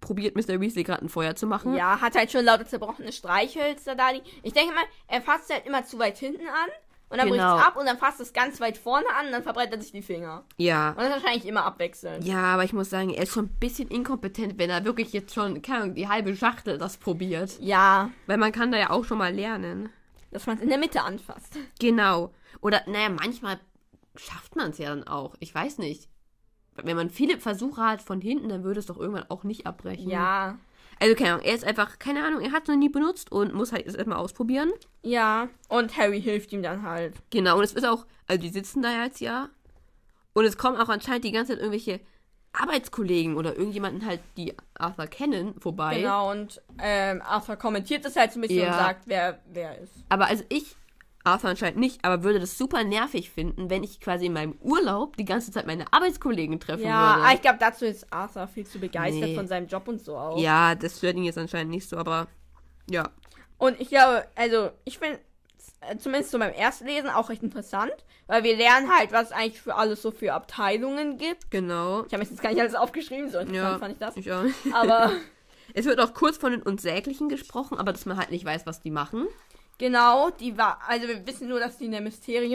S1: probiert Mr. Weasley gerade ein Feuer zu machen.
S2: Ja, hat halt schon lauter zerbrochene Streichhölzer da liegen. Ich denke mal, er fasst halt immer zu weit hinten an. Und dann
S1: Genau.
S2: bricht es ab und dann fasst es ganz weit vorne an und dann verbreitet er sich die Finger.
S1: Ja.
S2: Und das wahrscheinlich immer abwechselnd.
S1: Ja, aber ich muss sagen, er ist schon ein bisschen inkompetent, wenn er wirklich jetzt schon, keine Ahnung, die halbe Schachtel das probiert.
S2: Ja,
S1: Weil man kann da ja auch schon mal lernen.
S2: dass man es in der Mitte anfasst.
S1: Genau. Oder, naja, manchmal schafft man es ja dann auch. Ich weiß nicht. Wenn man viele Versuche hat von hinten, dann würde es doch irgendwann auch nicht abbrechen.
S2: Ja.
S1: Also, keine Ahnung, er ist einfach, keine Ahnung, er hat es noch nie benutzt und muss halt es erstmal ausprobieren.
S2: Ja, und Harry hilft ihm dann halt.
S1: Genau, und es ist auch, also die sitzen da jetzt ja. Und es kommen auch anscheinend die ganze Zeit irgendwelche Arbeitskollegen oder irgendjemanden halt, die Arthur kennen, vorbei.
S2: Genau, und ähm, Arthur kommentiert das halt so ein bisschen
S1: Ja.
S2: und sagt, wer wer ist.
S1: Aber also ich, Arthur anscheinend nicht, aber würde das super nervig finden, wenn ich quasi in meinem Urlaub die ganze Zeit meine Arbeitskollegen treffen
S2: Ja, aber
S1: würde.
S2: ich glaube, dazu ist Arthur viel zu begeistert
S1: Nee.
S2: von seinem Job und so auch.
S1: Ja, das stört ihn jetzt anscheinend nicht so, aber ja.
S2: Und ich glaube, also, ich finde zumindest so beim Erstlesen auch recht interessant, weil wir lernen halt, was es eigentlich für alles so für Abteilungen gibt.
S1: Genau.
S2: Ich habe jetzt gar nicht alles aufgeschrieben, so interessant
S1: Ja,
S2: fand ich das.
S1: Ich *laughs* auch. nicht.
S2: Aber
S1: Es wird auch kurz von den Unsäglichen gesprochen, aber dass man halt nicht weiß, was die machen.
S2: genau, die war, also wir wissen nur, dass die in der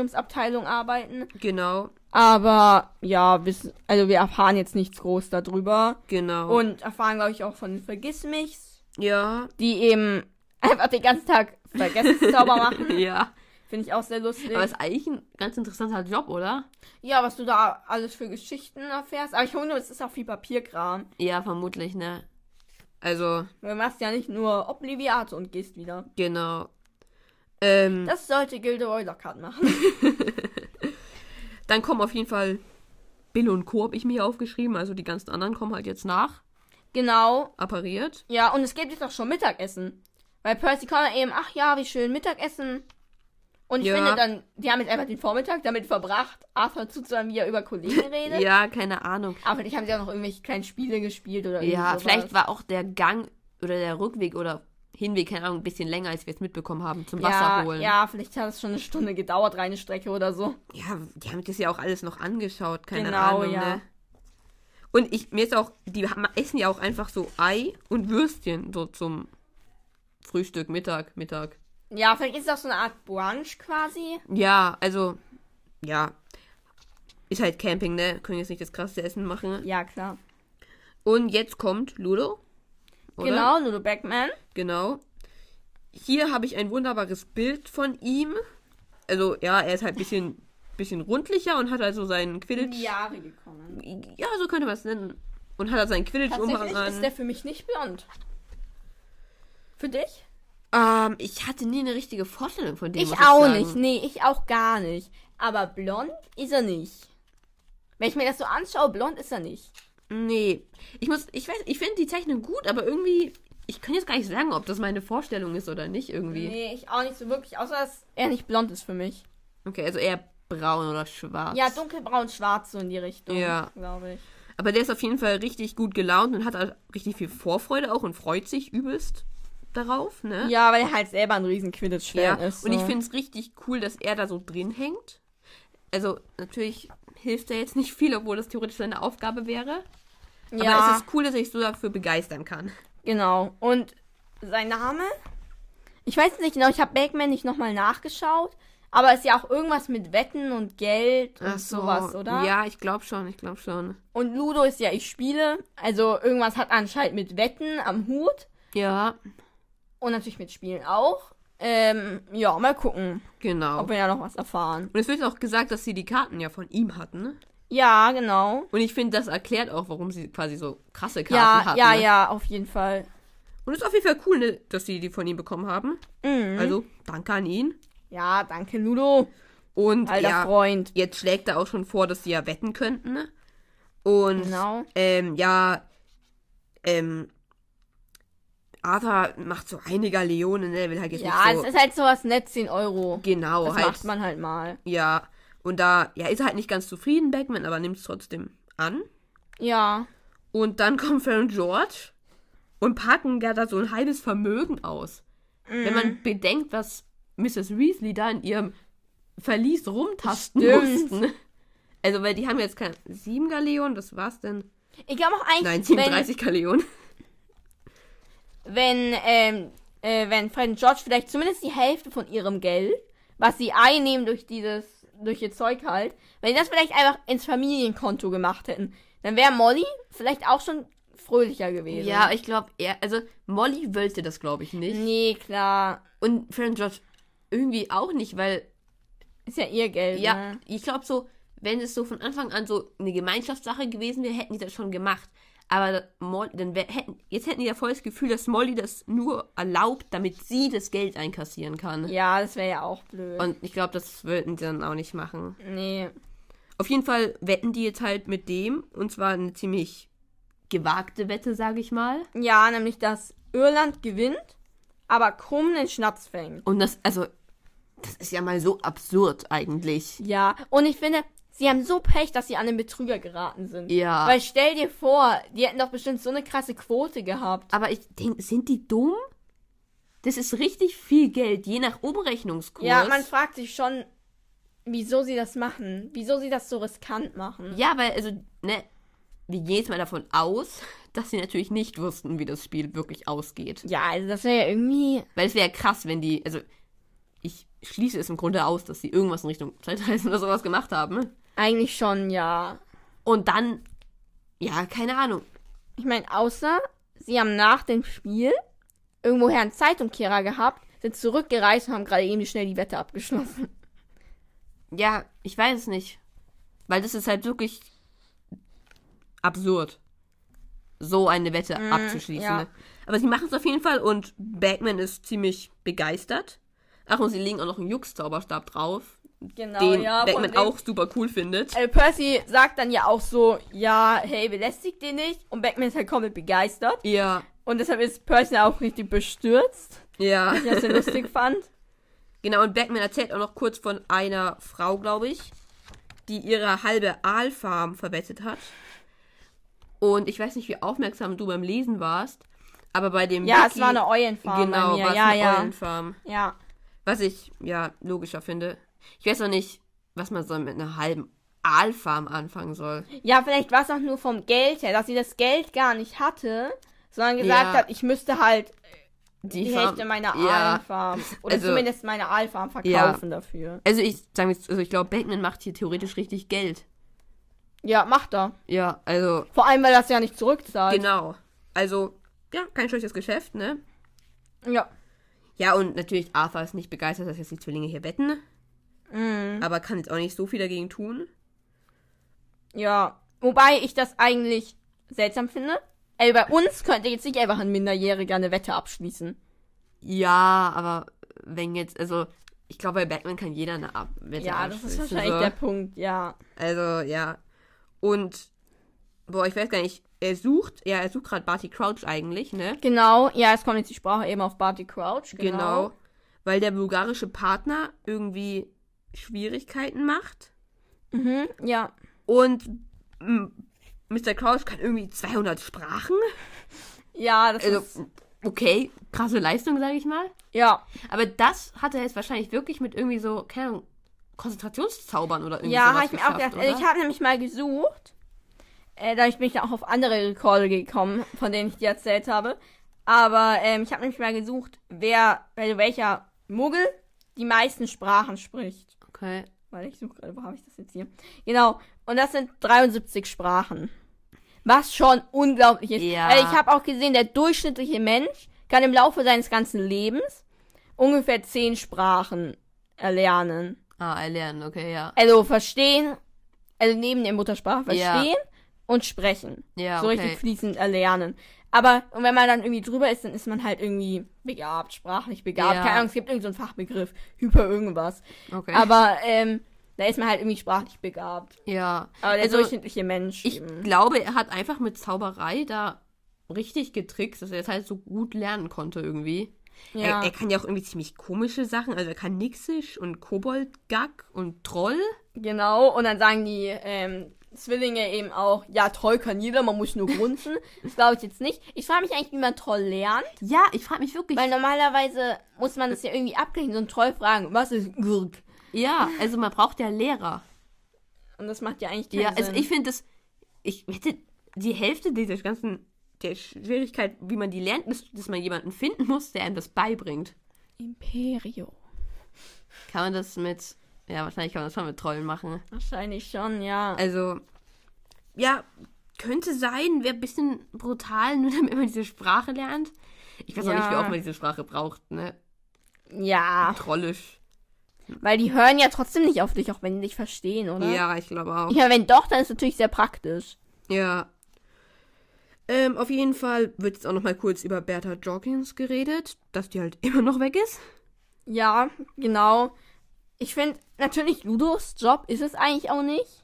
S2: Mysteriumsabteilung arbeiten.
S1: Genau,
S2: Aber ja, wissen, also wir erfahren jetzt nichts groß darüber.
S1: genau.
S2: Und erfahren, glaube ich, auch von den Vergissmichs,
S1: ja,
S2: die eben *laughs* einfach den ganzen Tag
S1: *laughs*
S2: Vergessenszauber machen.
S1: ja.
S2: Finde ich auch sehr lustig.
S1: Aber ist eigentlich ein ganz interessanter Job, oder?
S2: ja, was du da alles für Geschichten erfährst. Aber ich hoffe, es ist auch viel Papierkram.
S1: Ja, vermutlich, ne? Also,
S2: Du machst ja nicht nur Obliviate und gehst wieder.
S1: genau. Ähm,
S2: Das sollte Gilderoy Lockhart machen. *laughs*
S1: dann kommen auf jeden Fall Bill und Co. habe ich mir hier aufgeschrieben. Also die ganzen anderen kommen halt jetzt nach.
S2: genau.
S1: Appariert.
S2: Ja, und es gibt jetzt auch schon Mittagessen. Weil Percy Connor eben, ach ja, wie schön, Mittagessen. Und ich
S1: Ja.
S2: finde dann, die haben jetzt einfach den Vormittag damit verbracht, Arthur zuzuhören, wie er
S1: *laughs*
S2: über Kollegen redet.
S1: Ja, keine Ahnung.
S2: Aber vielleicht haben sie auch noch irgendwelche kleinen Spiele gespielt
S1: Ja,
S2: oder irgendwie sowas.
S1: vielleicht war auch der Gang oder der Rückweg oder Hinweg, keine Ahnung, ein bisschen länger, als wir es mitbekommen haben, zum Wasser
S2: ja,
S1: holen.
S2: Ja, vielleicht hat es schon eine Stunde gedauert, reine Strecke oder so.
S1: ja, die haben das ja auch alles noch angeschaut, keine
S2: Genau,
S1: Ahnung.
S2: ja.
S1: Ne? Und ich, mir ist auch, die haben- essen ja auch einfach so Ei und Würstchen, so zum Frühstück, Mittag, Mittag.
S2: Ja, vielleicht ist es auch so eine Art Brunch quasi.
S1: Ja, also, ja. Ist halt Camping, ne? Können jetzt nicht das krasseste Essen machen.
S2: Ja, klar.
S1: Und jetzt kommt Ludo. Oder?
S2: Genau, Lulu Backman.
S1: Genau. Hier habe ich ein wunderbares Bild von ihm. Also, ja, er ist halt ein bisschen, bisschen rundlicher und hat also seinen
S2: In
S1: Quidditch.
S2: die Jahre gekommen.
S1: Ja, so könnte man es nennen. Und hat halt seinen Quidditch-Umhang
S2: Tatsächlich ist
S1: an.
S2: der für mich nicht blond. Für dich?
S1: Ähm, ich hatte nie eine richtige Vorstellung von dem.
S2: Ich
S1: muss
S2: auch
S1: sagen.
S2: nicht. Nee, ich auch gar nicht. Aber blond ist er nicht. Wenn ich mir das so anschaue, blond ist er nicht.
S1: Nee. Ich muss, ich weiß, ich finde die Zeichnung gut, aber irgendwie, ich kann jetzt gar nicht sagen, ob das meine Vorstellung ist oder nicht irgendwie.
S2: Nee, ich auch nicht so wirklich. Außer, dass er nicht blond ist für mich.
S1: Okay, also eher braun oder schwarz.
S2: Ja, dunkelbraun, schwarz so in die Richtung.
S1: Ja.
S2: Glaube ich.
S1: Aber der ist auf jeden Fall richtig gut gelaunt und hat halt richtig viel Vorfreude auch und freut sich übelst darauf, ne?
S2: Ja, weil er halt selber ein riesen Quidditch-Fan
S1: Ja,
S2: ist.
S1: und ich
S2: so.
S1: finde es richtig cool, dass er da so drin hängt. Also, natürlich hilft er jetzt nicht viel, obwohl das theoretisch seine Aufgabe wäre.
S2: ja.
S1: Aber es ist cool, dass ich so dafür begeistern kann.
S2: Genau. Und sein Name? Ich weiß es nicht genau, ich habe Backman nicht nochmal nachgeschaut. Aber ist ja auch irgendwas mit Wetten und Geld und sowas, oder?
S1: Ja, ich glaube schon, ich glaube schon.
S2: Und Ludo ist ja, ich spiele. Also irgendwas hat anscheinend mit Wetten am Hut.
S1: Ja,
S2: Und natürlich mit Spielen auch. Ähm, ja, mal gucken,
S1: genau.
S2: ob wir ja noch was erfahren.
S1: Und es wird auch gesagt, dass sie die Karten ja von ihm hatten.
S2: Ja, genau.
S1: Und ich finde, das erklärt auch, warum sie quasi so krasse Karten
S2: Ja,
S1: hatten.
S2: ja,
S1: ne?
S2: ja, auf jeden Fall.
S1: Und ist auf jeden Fall cool, ne, dass sie die von ihm bekommen haben.
S2: Mhm.
S1: Also, danke an ihn.
S2: Ja, danke, Ludo.
S1: Und
S2: Alter
S1: ja,
S2: Freund.
S1: jetzt schlägt er auch schon vor, dass sie ja wetten könnten. ne? Und
S2: Genau.
S1: ähm, ja, ähm, Arthur macht so einiger Leone, ne? Will halt jetzt
S2: Ja,
S1: nicht so.
S2: es ist halt sowas nett, 10 Euro.
S1: genau,
S2: Das
S1: halt.
S2: macht man halt mal.
S1: Ja. Und da, ja, ist er halt nicht ganz zufrieden, Backman, aber nimmt es trotzdem an.
S2: Ja.
S1: Und dann *laughs* kommen Fran und George und packen ja da so ein halbes Vermögen aus. Wenn man bedenkt, was Mrs. Weasley da in ihrem Verlies rumtasten
S2: Stimmt.
S1: mussten. Also, weil die haben jetzt kein. Sieben Galeonen, was war's denn?
S2: Ich glaube auch eigentlich,
S1: Nein,
S2: wenn,
S1: 37 Galeonen.
S2: wenn, ähm, äh, wenn Fred und George vielleicht zumindest die Hälfte von ihrem Geld, was sie einnehmen durch dieses, durch ihr Zeug halt, wenn sie das vielleicht einfach ins Familienkonto gemacht hätten, dann wäre Molly vielleicht auch schon fröhlicher gewesen.
S1: Ja, ich glaube, er. Also, Molly wollte das, glaube ich, nicht.
S2: Nee, klar.
S1: Und Fran und George irgendwie auch nicht, weil
S2: Ist ja ihr Geld.
S1: Ja,
S2: Ne?
S1: ich glaube so, wenn es so von Anfang an so eine Gemeinschaftssache gewesen wäre, hätten die das schon gemacht. Aber Molly, dann wär, hätten, jetzt hätten die ja voll das Gefühl, dass Molly das nur erlaubt, damit sie das Geld einkassieren kann.
S2: Ja, das wäre ja auch blöd.
S1: Und ich glaube, das würden die dann auch nicht machen.
S2: nee.
S1: Auf jeden Fall wetten die jetzt halt mit dem, und zwar eine ziemlich gewagte Wette, sage ich mal.
S2: Ja, nämlich, dass Irland gewinnt, aber Krumm den Schnatz fängt.
S1: Und das, also, das ist ja mal so absurd eigentlich.
S2: Ja, und ich finde, sie haben so Pech, dass sie an den Betrüger geraten sind.
S1: Ja.
S2: Weil stell dir vor, die hätten doch bestimmt so eine krasse Quote gehabt.
S1: Aber ich denke, sind die dumm? Das ist richtig viel Geld, je nach Umrechnungskurs.
S2: Ja, man fragt sich schon, wieso sie das machen. Wieso sie das so riskant machen.
S1: Ja, weil, also, ne, wir gehen jetzt mal davon aus, *laughs* dass sie natürlich nicht wussten, wie das Spiel wirklich ausgeht.
S2: Ja, also das wäre ja irgendwie.
S1: Weil es wäre ja krass, wenn die, also, ich schließe es im Grunde aus, dass sie irgendwas in Richtung Zeitreisen *laughs* oder sowas gemacht haben.
S2: Eigentlich schon, ja.
S1: Und dann, ja, keine Ahnung.
S2: Ich meine, außer sie haben nach dem Spiel irgendwoher einen Zeitumkehrer gehabt, sind zurückgereist und haben gerade eben schnell die Wette abgeschlossen.
S1: Ja, ich weiß es nicht. Weil das ist halt wirklich absurd, so eine Wette abzuschließen.
S2: ja.
S1: Ne? Aber sie machen es auf jeden Fall und Batman ist ziemlich begeistert. Ach, und sie legen auch noch einen Jux-Zauberstab drauf,
S2: Genau,
S1: den
S2: ja. von
S1: Batman
S2: wegen-
S1: auch super cool findet.
S2: Äh, Percy sagt dann ja auch so, ja, hey, belästigt den nicht. Und Batman ist halt komplett begeistert.
S1: Ja,
S2: Und deshalb ist Percy auch richtig bestürzt.
S1: ja.
S2: Ich das lustig fand.
S1: *laughs* Genau, und Batman erzählt auch noch kurz von einer Frau, glaube ich, die ihre halbe Aalfarm verwettet hat. Und ich weiß nicht, wie aufmerksam du beim Lesen warst, aber bei dem
S2: Ja,
S1: Wiki-
S2: es war eine Eulenfarm
S1: Genau,
S2: bei mir.
S1: war es
S2: Ja,
S1: eine
S2: ja.
S1: Eulenfarm.
S2: Ja.
S1: Was ich, ja, logischer finde. Ich weiß noch nicht, was man so mit einer halben Aalfarm anfangen soll.
S2: ja, vielleicht war es auch nur vom Geld her, dass sie das Geld gar nicht hatte, sondern
S1: Ja.
S2: gesagt hat, ich müsste halt
S1: Die,
S2: die
S1: Farm-
S2: Hälfte meiner
S1: ja.
S2: Aalfarm oder
S1: Also-
S2: zumindest meine Aalfarm
S1: Ja.
S2: verkaufen dafür.
S1: Also ich sage jetzt, also ich glaube, Batman macht hier theoretisch richtig Geld.
S2: Ja, macht er.
S1: Ja, also
S2: Vor allem, weil das ja nicht zurückzahlt.
S1: genau. Also ja, kein schlechtes Geschäft, ne?
S2: Ja.
S1: Ja, und natürlich Arthur ist nicht begeistert, dass jetzt die Zwillinge hier wetten,
S2: Mhm.
S1: aber kann jetzt auch nicht so viel dagegen tun.
S2: Ja. Wobei ich das eigentlich seltsam finde. Ey, bei uns könnte jetzt nicht einfach ein Minderjähriger eine Wette abschließen.
S1: Ja, aber wenn jetzt, also ich glaube, bei Batman kann jeder eine Ab Wette
S2: Ja, das ist
S1: abschließen,
S2: wahrscheinlich
S1: so.
S2: der Punkt, ja.
S1: Also, ja. Und, boah, ich weiß gar nicht, er sucht, ja, er sucht gerade Barty Crouch eigentlich, ne?
S2: Genau, ja, es kommt jetzt die Sprache eben auf Barty Crouch.
S1: Genau.
S2: Genau.
S1: Weil der bulgarische Partner irgendwie Schwierigkeiten macht.
S2: Mhm, ja.
S1: Und mm, Mr. Crouch kann irgendwie 200 Sprachen.
S2: Ja, das ist.
S1: Also, okay, krasse Leistung, sage ich mal.
S2: Ja.
S1: Aber das hat er jetzt wahrscheinlich wirklich mit irgendwie so, keine Ahnung, Konzentrationszaubern oder irgendwie
S2: Ja,
S1: sowas
S2: habe ich mir auch
S1: geschafft,
S2: gedacht. Also
S1: oder?
S2: ich habe nämlich mal gesucht. Äh, dadurch bin ich dann auch auf andere Rekorde gekommen, von denen ich dir erzählt habe. Aber ähm, ich habe nämlich mal gesucht, wer, wel- welcher Muggel die meisten Sprachen spricht.
S1: okay.
S2: Weil ich suche gerade, wo habe ich das jetzt hier? Genau. Und das sind 73 Sprachen. Was schon unglaublich ist.
S1: Ja.
S2: Weil ich habe auch gesehen, der durchschnittliche Mensch kann im Laufe seines ganzen Lebens ungefähr 10 Sprachen erlernen.
S1: Ah, erlernen, okay, ja.
S2: Also verstehen, also neben der Muttersprache verstehen
S1: Ja.
S2: und sprechen.
S1: Ja,
S2: so
S1: okay.
S2: richtig fließend erlernen. Aber, und wenn man dann irgendwie drüber ist, dann ist man halt irgendwie begabt, sprachlich begabt.
S1: Ja.
S2: Keine Ahnung, es gibt irgendeinen so einen Fachbegriff, hyper irgendwas.
S1: Okay.
S2: Äh, Aber, ähm, da ist man halt irgendwie sprachlich begabt.
S1: ja.
S2: Aber der
S1: Also,
S2: durchschnittliche Mensch.
S1: Ich
S2: eben.
S1: glaube, er hat einfach mit Zauberei da richtig getrickst, dass er das halt so gut lernen konnte irgendwie.
S2: ja.
S1: Er, er kann ja auch irgendwie ziemlich komische Sachen, also er kann Nixisch und Koboldgag und Troll.
S2: Genau, und dann sagen die ähm, Zwillinge eben auch, ja, toll kann jeder, man muss nur grunzen. das glaube ich jetzt nicht. Ich frage mich eigentlich, wie man toll lernt,
S1: Ja, ich frage mich wirklich.
S2: weil normalerweise muss man das ja irgendwie abgleichen. So ein Troll fragen, was ist Gürg?
S1: ja, also man braucht ja Lehrer.
S2: Und das macht ja eigentlich keinen
S1: Ja,
S2: Sinn.
S1: also ich finde das, ich hätte die Hälfte dieser ganzen der Schwierigkeit, wie man die lernt, ist, dass man jemanden finden muss, der einem das beibringt.
S2: Imperio.
S1: Kann man das mit, ja, wahrscheinlich kann man das schon mit Trollen machen.
S2: Wahrscheinlich schon, ja.
S1: Also, ja, könnte sein, wäre ein bisschen brutal, nur *laughs* damit man diese Sprache lernt. Ich weiß auch nicht, wie
S2: Ja.
S1: oft man diese Sprache braucht, ne?
S2: Ja,
S1: Trollisch.
S2: weil die hören ja trotzdem nicht auf dich, auch wenn die dich verstehen, oder?
S1: Ja, ich glaube auch.
S2: Ja, wenn doch, dann ist natürlich sehr praktisch.
S1: Ja. Ähm, auf jeden Fall wird jetzt auch nochmal kurz über Bertha Jorkins geredet, dass die halt immer noch weg ist.
S2: Ja, genau. Ich finde, natürlich, Ludos Job ist es eigentlich auch nicht.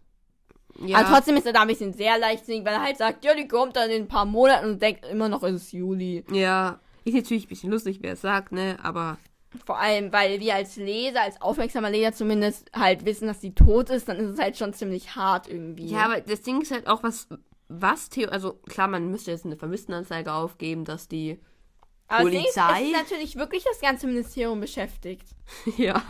S1: Ja,
S2: Aber trotzdem ist er da ein bisschen sehr leichtsinnig, weil er halt sagt, ja, die kommt dann in ein paar Monaten und denkt immer noch, es ist Juli.
S1: ja. Ist natürlich ein bisschen lustig, wer es sagt, ne? Aber
S2: Vor allem, weil wir als Leser, als aufmerksamer Leser zumindest, halt wissen, dass sie tot ist, dann ist es halt schon ziemlich hart irgendwie.
S1: Ja, aber das Ding ist halt auch, was, was, Theo, also klar, man müsste jetzt eine Vermisstenanzeige aufgeben, dass die, *laughs*
S2: aber das Ding ist,
S1: Polizei-
S2: es ist natürlich wirklich das ganze Ministerium beschäftigt.
S1: ja,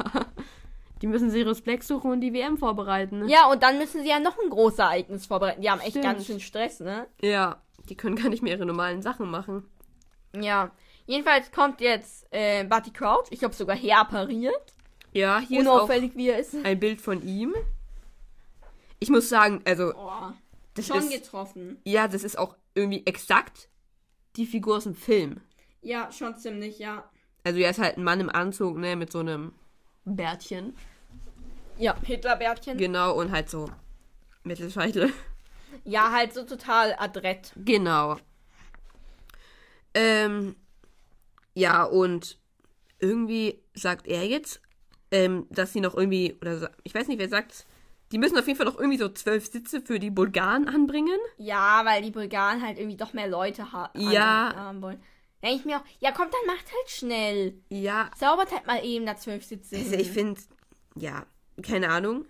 S1: die müssen Sirius Black suchen und die WM vorbereiten. ne?
S2: Ja, und dann müssen sie ja noch ein großes Ereignis vorbereiten. Die haben echt
S1: Stimmt.
S2: ganz schön Stress, ne?
S1: ja, die können gar nicht mehr ihre normalen Sachen machen.
S2: Ja. Jedenfalls kommt jetzt äh, Barty Crouch, ich glaube sogar herpariert.
S1: Ja, hier ist
S2: Unauffällig, wie er ist.
S1: auch ein Bild von ihm. Ich muss sagen, also,
S2: Oh,
S1: das
S2: schon
S1: ist,
S2: getroffen.
S1: ja, das ist auch irgendwie exakt die Figur aus dem Film.
S2: Ja, schon ziemlich, ja.
S1: Also, er ist halt ein Mann im Anzug, ne, mit so einem Bärtchen.
S2: Ja, Hitlerbärtchen.
S1: Genau, und halt so Mittelscheitel. *laughs*
S2: Ja, halt so total adrett.
S1: Genau. Ähm, ja, und irgendwie sagt er jetzt, ähm, dass sie noch irgendwie, oder sa- ich weiß nicht, wer sagt, die müssen auf jeden Fall noch irgendwie so zwölf Sitze für die Bulgaren anbringen.
S2: Ja, weil die Bulgaren halt irgendwie doch mehr Leute ha
S1: Ja.
S2: an- haben wollen. Denke ich mir auch, ja komm, dann macht halt schnell.
S1: Ja,
S2: Zaubert halt mal eben da zwölf Sitze.
S1: also
S2: hin.
S1: ich finde, ja, keine Ahnung.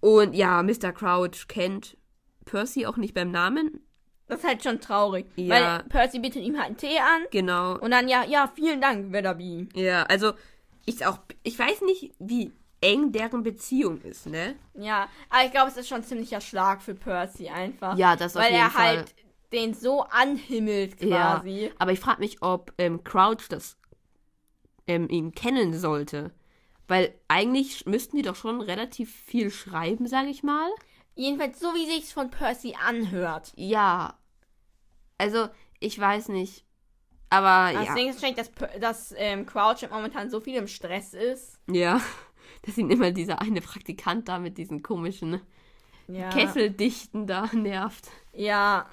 S1: Und ja, Mr. Crouch kennt Percy auch nicht beim Namen.
S2: Das ist halt schon traurig.
S1: Ja.
S2: Weil Percy bietet ihm halt einen Tee an
S1: Genau.
S2: und dann ja, ja, vielen Dank, Wedderby.
S1: Ja, also ich auch, ich weiß nicht, wie eng deren Beziehung ist, ne?
S2: Ja, aber ich glaube, es ist schon ein ziemlicher Schlag für Percy einfach.
S1: Ja, das auf
S2: Weil er
S1: jeden Fall.
S2: halt den so anhimmelt quasi.
S1: Ja. Aber ich frage mich, ob ähm, Crouch das ähm, ihn kennen sollte. Weil eigentlich sch- müssten die doch schon relativ viel schreiben, sage ich mal.
S2: Jedenfalls so, wie sich's von Percy anhört.
S1: Ja. Also, ich weiß nicht. Aber ja.
S2: Deswegen ist es wahrscheinlich, dass, Per- dass ähm, Crouch momentan so viel im Stress ist.
S1: Ja. *laughs* Das sind immer dieser eine Praktikant da mit diesen komischen
S2: Ja.
S1: Kesseldichten da nervt.
S2: Ja.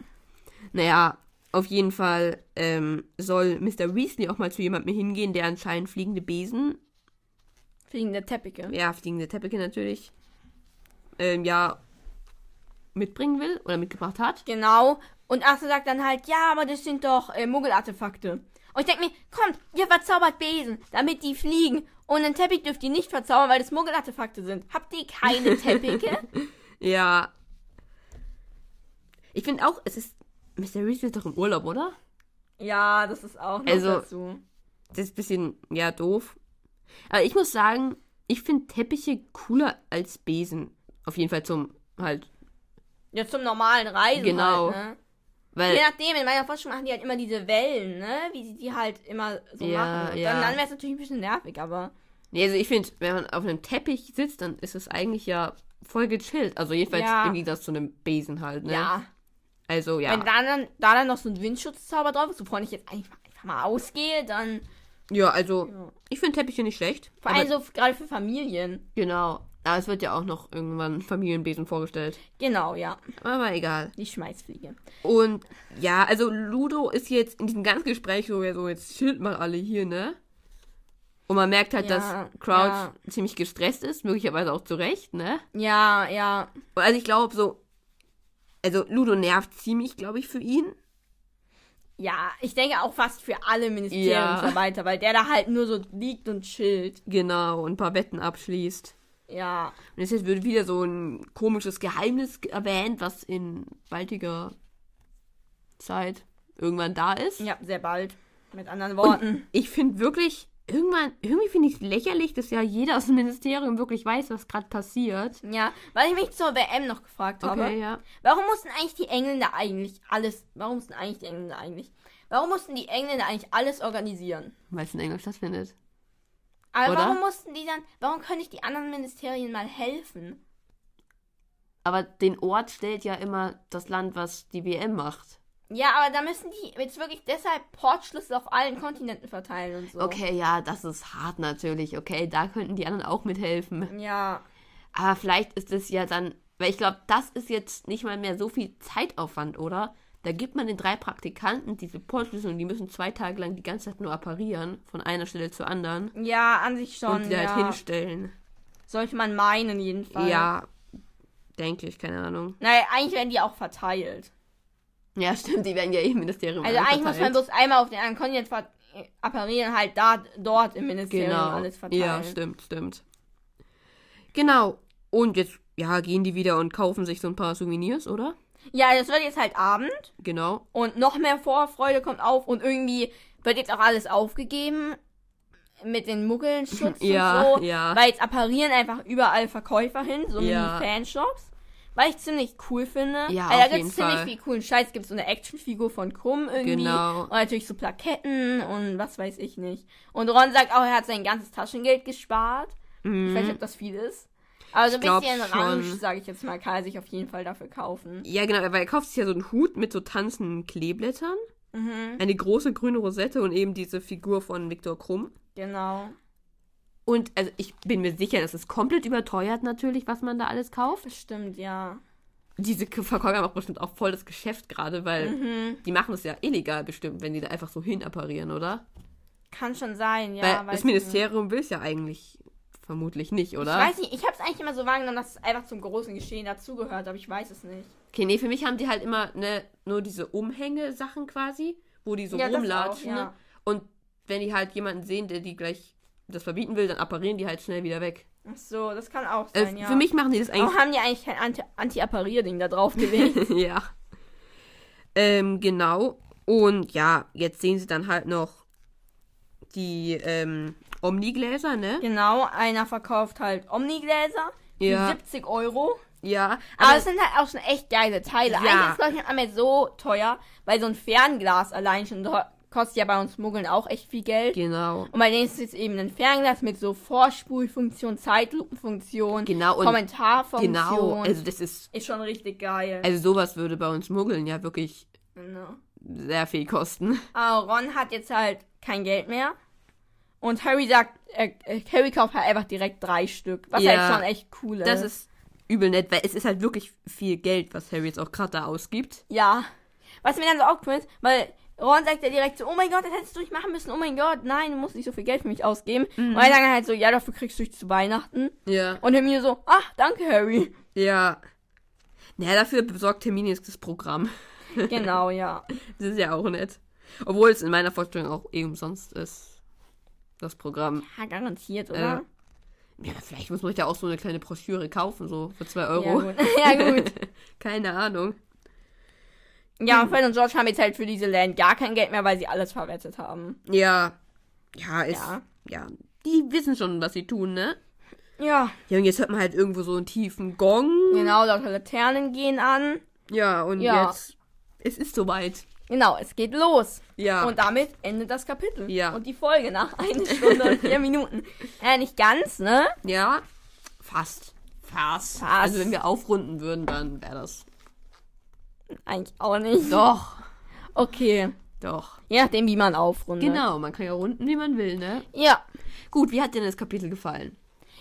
S1: Naja, auf jeden Fall ähm, soll Mr. Weasley auch mal zu jemandem hingehen, der anscheinend fliegende Besen
S2: Fliegende Teppiche.
S1: ja, fliegende Teppiche natürlich, ähm, ja, mitbringen will oder mitgebracht hat.
S2: Genau. Und Arthur sagt dann halt, ja, aber das sind doch äh, Muggel-Artefakte. Und ich denke mir, kommt, ihr verzaubert Besen, damit die fliegen. Und einen Teppich dürft ihr nicht verzaubern, weil das Muggel-Artefakte sind. Habt
S1: *laughs*
S2: ihr keine Teppiche?
S1: Ja. Ich finde auch, es ist. Mr. Weasley ist doch im Urlaub, oder?
S2: ja, das ist auch noch
S1: Also-
S2: dazu.
S1: Das ist ein bisschen, ja, doof. Aber ich muss sagen, ich finde Teppiche cooler als Besen. Auf jeden Fall zum, halt,
S2: Ja, zum normalen Reisen
S1: Genau.
S2: halt, ne?
S1: weil.
S2: Je nachdem, in meiner Forschung machen die halt immer diese Wellen, ne? Wie sie die halt immer so
S1: Ja,
S2: machen. Und
S1: ja.
S2: Dann, dann wäre es natürlich ein bisschen nervig, aber...
S1: Nee, also ich finde, wenn man auf einem Teppich sitzt, dann ist es eigentlich ja voll gechillt. Also jedenfalls
S2: Ja.
S1: im Gegensatz zu einem Besen halt, ne?
S2: Ja.
S1: Also ja.
S2: Wenn da dann, da dann noch so ein Windschutzzauber drauf ist, wovon ich jetzt eigentlich mal, einfach mal ausgehe, dann...
S1: Ja, also
S2: Ja.
S1: ich finde Teppiche nicht schlecht.
S2: Vor also- allem so f- gerade für Familien.
S1: Genau. Aber es wird ja auch noch irgendwann Familienbesen vorgestellt.
S2: Genau, ja.
S1: Aber mal egal.
S2: Die Schmeißfliege.
S1: Und ja, also Ludo ist jetzt in diesem ganzen Gespräch so, ja, so jetzt chillt mal alle hier, ne? Und man merkt halt,
S2: Ja,
S1: dass Crouch
S2: ja.
S1: ziemlich gestresst ist, möglicherweise auch zu Recht, ne?
S2: Ja, ja.
S1: Und also ich glaube so, also Ludo nervt ziemlich, glaube ich, für ihn.
S2: Ja, ich denke auch fast für alle Ministeriumsarbeiter, weil der da halt nur so liegt und chillt.
S1: Genau, und ein paar Wetten abschließt.
S2: Ja.
S1: Und jetzt wird wieder so ein komisches Geheimnis ge- erwähnt, was in baldiger Zeit irgendwann da ist.
S2: Ja, sehr bald. Mit
S1: *clears throat*
S2: anderen Worten.
S1: Ich finde wirklich, irgendwann, irgendwie finde ich es lächerlich, dass ja jeder aus dem Ministerium wirklich weiß, was gerade passiert.
S2: Ja, weil ich mich zur WM noch gefragt habe.
S1: Okay, ja.
S2: Warum mussten eigentlich die Engländer eigentlich alles, warum mussten eigentlich die Engländer eigentlich, warum mussten die Engländer eigentlich alles organisieren?
S1: Weil es in England stattfindet.
S2: Aber
S1: Oder?
S2: warum mussten die dann, warum können nicht die anderen Ministerien mal helfen?
S1: Aber den Ort stellt ja immer das Land, was die WM macht.
S2: Ja, aber da müssen die jetzt wirklich deshalb Portschlüssel auf allen Kontinenten verteilen und so.
S1: Okay, ja, das ist hart natürlich. Okay, da könnten die anderen auch mithelfen.
S2: Ja,
S1: Aber vielleicht ist es ja dann, weil ich glaube, das ist jetzt nicht mal mehr so viel Zeitaufwand, oder? Da gibt man den drei Praktikanten diese Portschlüssel und die müssen zwei Tage lang die ganze Zeit nur apparieren, von einer Stelle zur anderen.
S2: ja, an sich schon.
S1: und sie
S2: Ja.
S1: halt hinstellen.
S2: Sollte man meinen, jedenfalls.
S1: Ja, denke ich, keine Ahnung.
S2: Naja, eigentlich werden die auch verteilt.
S1: Ja, *laughs* stimmt, die werden ja eh im Ministerium.
S2: Also eigentlich muss man
S1: so
S2: bloß einmal auf den anderen Kontinent ver- äh, apparieren, halt da, dort im Ministerium
S1: genau.
S2: alles verteilen.
S1: Ja, stimmt, stimmt. Genau. Und jetzt, ja, gehen die wieder und kaufen sich so ein paar Souvenirs, oder?
S2: ja, das wird jetzt halt Abend.
S1: Genau.
S2: Und noch mehr Vorfreude kommt auf und irgendwie wird jetzt auch alles aufgegeben mit
S1: *laughs*
S2: den Muggeln Schutz
S1: Ja,
S2: und so.
S1: ja.
S2: Weil jetzt apparieren einfach überall Verkäufer hin, so
S1: Ja.
S2: Mini-Fanshops. Weil ich ziemlich cool finde.
S1: Ja,
S2: Weil da
S1: auf
S2: gibt's
S1: jeden
S2: ziemlich
S1: Fall.
S2: viel coolen Scheiß. Es gibt so eine Actionfigur von Krumm irgendwie.
S1: Genau.
S2: Und natürlich so Plaketten und was weiß ich nicht. Und Ron sagt auch, er hat sein ganzes Taschengeld gespart.
S1: Mhm.
S2: Ich weiß nicht, ob das viel ist. Aber so
S1: Ich
S2: ein
S1: glaub
S2: bisschen
S1: schon.
S2: Ramsch, sage ich jetzt mal, kann er sich auf jeden Fall dafür kaufen.
S1: Ja, genau, weil er kauft sich ja so einen Hut mit so tanzenden Kleeblättern.
S2: Mhm.
S1: Eine große grüne Rosette und eben diese Figur von Viktor Krumm.
S2: Genau.
S1: Und also ich bin mir sicher, das ist komplett überteuert natürlich, was man da alles kauft.
S2: Bestimmt, ja.
S1: Diese K- Verkäufer machen bestimmt auch voll das
S2: Mhm.
S1: Geschäft gerade, weil die machen das ja illegal bestimmt, wenn die da einfach so hinapparieren, oder?
S2: Kann schon sein, ja.
S1: Weil
S2: weiß
S1: das
S2: ich nicht.
S1: Ministerium will es ja eigentlich vermutlich nicht, oder?
S2: Ich weiß nicht, ich habe es eigentlich immer so wahrgenommen, dass es einfach zum großen Geschehen dazugehört, aber ich weiß es nicht.
S1: Okay, nee, für mich haben die halt immer ne, nur diese Umhänge-Sachen quasi, wo die so
S2: Ja, das
S1: rumlatschen.
S2: auch,
S1: ne?
S2: ja.
S1: Und wenn die halt jemanden sehen, der die gleich das verbieten will, dann apparieren die halt schnell wieder weg.
S2: Ach so, das kann auch
S1: Äh,
S2: sein, ja.
S1: Für mich machen die das eigentlich.
S2: Warum haben die eigentlich kein Anti- Anti-Apparier-Ding da
S1: *laughs*
S2: drauf gelegt?
S1: ja. Ähm, genau. Und ja, jetzt sehen sie dann halt noch die ähm, Omni-Gläser, ne?
S2: genau, einer verkauft halt Omnigläser für
S1: Ja.
S2: 70 Euro.
S1: Ja.
S2: Aber,
S1: Aber,
S2: es sind halt auch schon echt geile Teile.
S1: Ja.
S2: Eigentlich ist glaube ich nicht mehr so teuer, weil so ein Fernglas allein schon do- kostet ja bei uns Muggeln auch echt viel Geld.
S1: genau.
S2: Und bei denen ist es eben ein Fernglas mit so Vorspulfunktion, Zeitlupenfunktion,
S1: Genau, und-
S2: Kommentarfunktion.
S1: Genau. Also das ist.
S2: ist schon richtig geil.
S1: Also sowas würde bei uns Muggeln ja wirklich
S2: Genau.
S1: sehr viel kosten.
S2: Aber Ron hat jetzt halt kein Geld mehr. Und Harry sagt, äh, äh, Harry kauft halt einfach direkt drei Stück. Was
S1: Ja.
S2: halt schon echt cool ist.
S1: Das ist übel nett, weil es ist halt wirklich viel Geld, was Harry jetzt auch gerade da ausgibt.
S2: Ja. Was mir dann so aufgefallen ist, weil Ron sagt ja direkt so, oh mein Gott, das hättest du nicht machen müssen, oh mein Gott, nein, du musst nicht so viel Geld für mich ausgeben.
S1: Mhm.
S2: Und er sagt dann halt so, ja, dafür kriegst du dich zu Weihnachten.
S1: Ja.
S2: Und Hermine so, ach, danke,
S1: *laughs*
S2: Harry.
S1: Ja. Naja, dafür besorgt Hermine jetzt das Programm.
S2: genau, ja.
S1: Das ist ja auch nett. Obwohl es in meiner Vorstellung auch eh umsonst ist. Das Programm.
S2: Ja, garantiert, oder?
S1: Äh, Ja, vielleicht muss man sich da auch so eine kleine Broschüre kaufen, so für 2
S2: ja,
S1: Euro.
S2: gut. *laughs* ja, gut.
S1: Keine Ahnung. *laughs*
S2: Ja, und Fred und George haben jetzt halt für diese Land gar kein Geld mehr, weil sie alles verwettet haben.
S1: Ja. Ja, ist. Ja.
S2: Ja.
S1: Die wissen schon, was sie tun, ne?
S2: Ja.
S1: Ja, und jetzt hört man halt irgendwo so einen tiefen Gong.
S2: Genau, lauter Laternen gehen an.
S1: Ja, und
S2: Ja.
S1: jetzt. Es ist soweit.
S2: Genau, es geht los.
S1: Ja.
S2: Und damit endet das Kapitel.
S1: Ja.
S2: Und die Folge nach *laughs* einer Stunde und vier Minuten. Äh, nicht ganz, ne?
S1: Ja, fast. Fast.
S2: Fast.
S1: Also wenn wir aufrunden würden, dann wäre das.
S2: Eigentlich auch nicht.
S1: Doch.
S2: Okay.
S1: Doch.
S2: Je nachdem, wie man aufrundet.
S1: Genau, man kann ja runden, wie man will, ne?
S2: Ja.
S1: Gut, wie hat dir denn das Kapitel gefallen?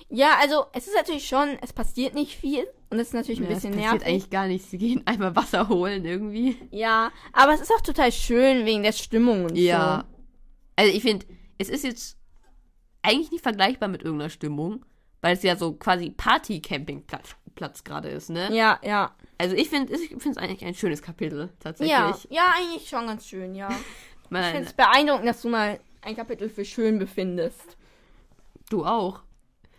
S2: Ja, also, es ist natürlich schon, es passiert nicht viel. Und es ist natürlich ein
S1: Ja,
S2: bisschen
S1: es passiert
S2: nervig.
S1: eigentlich gar nichts. Sie gehen einmal Wasser holen irgendwie.
S2: Ja, aber es ist auch total schön wegen der Stimmung und
S1: Ja. Also ich finde, es ist jetzt eigentlich nicht vergleichbar mit irgendeiner Stimmung, weil es ja so quasi Party-Campingplatz Platz gerade ist,
S2: so.
S1: ne?
S2: Ja, ja.
S1: Also ich finde ich finde es eigentlich ein schönes Kapitel, tatsächlich.
S2: Ja, ja, eigentlich schon ganz schön, ja. Ich
S1: Meine,
S2: finde es beeindruckend, dass du mal ein Kapitel für schön befindest.
S1: du auch.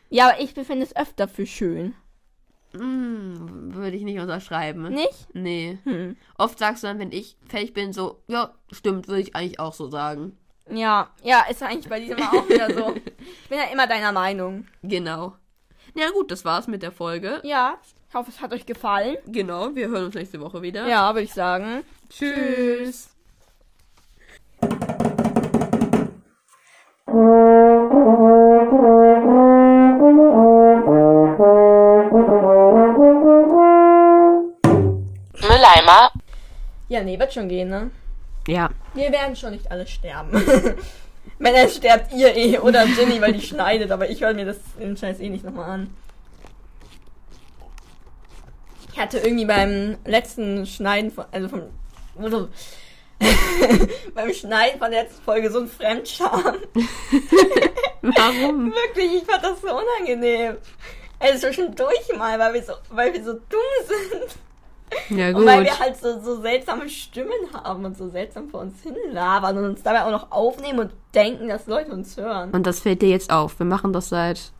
S2: Ja, aber ich befinde es öfter für schön.
S1: Hm, Würde ich nicht unterschreiben.
S2: Nicht?
S1: Nee.
S2: Hm.
S1: Oft sagst du dann, wenn ich fertig bin, so, ja, stimmt, würde ich eigentlich auch so sagen.
S2: Ja, ja, ist eigentlich bei diesem Mal auch wieder so. Ich bin ja immer deiner Meinung.
S1: Genau. Na gut, das war's mit der Folge.
S2: Ja, ich hoffe, es hat euch gefallen.
S1: Genau, wir hören uns nächste Woche wieder.
S2: Ja, würde ich sagen.
S1: Tschüss.
S3: Mülleimer
S2: Ja, nee, wird schon gehen, ne?
S1: Ja.
S2: Wir werden schon nicht alle sterben. *laughs* Wenn er sterbt, ihr eh oder Ginny, weil die schneidet, aber ich höre mir das den Scheiß eh nicht nochmal an. Ich hatte irgendwie beim letzten Schneiden von, also *laughs* vom, beim Schneiden von der letzten Folge so ein Fremdscham.
S1: Warum?
S2: *laughs* Wirklich, ich fand das so unangenehm. Also zwischendurch mal, weil wir so, weil wir so dumm sind.
S1: Ja,
S2: Und
S1: gut.
S2: weil wir halt so, so seltsame Stimmen haben und so seltsam vor uns hinlabern und uns dabei auch noch aufnehmen und denken, dass Leute uns hören.
S1: Und das fällt dir jetzt auf. Wir machen das seit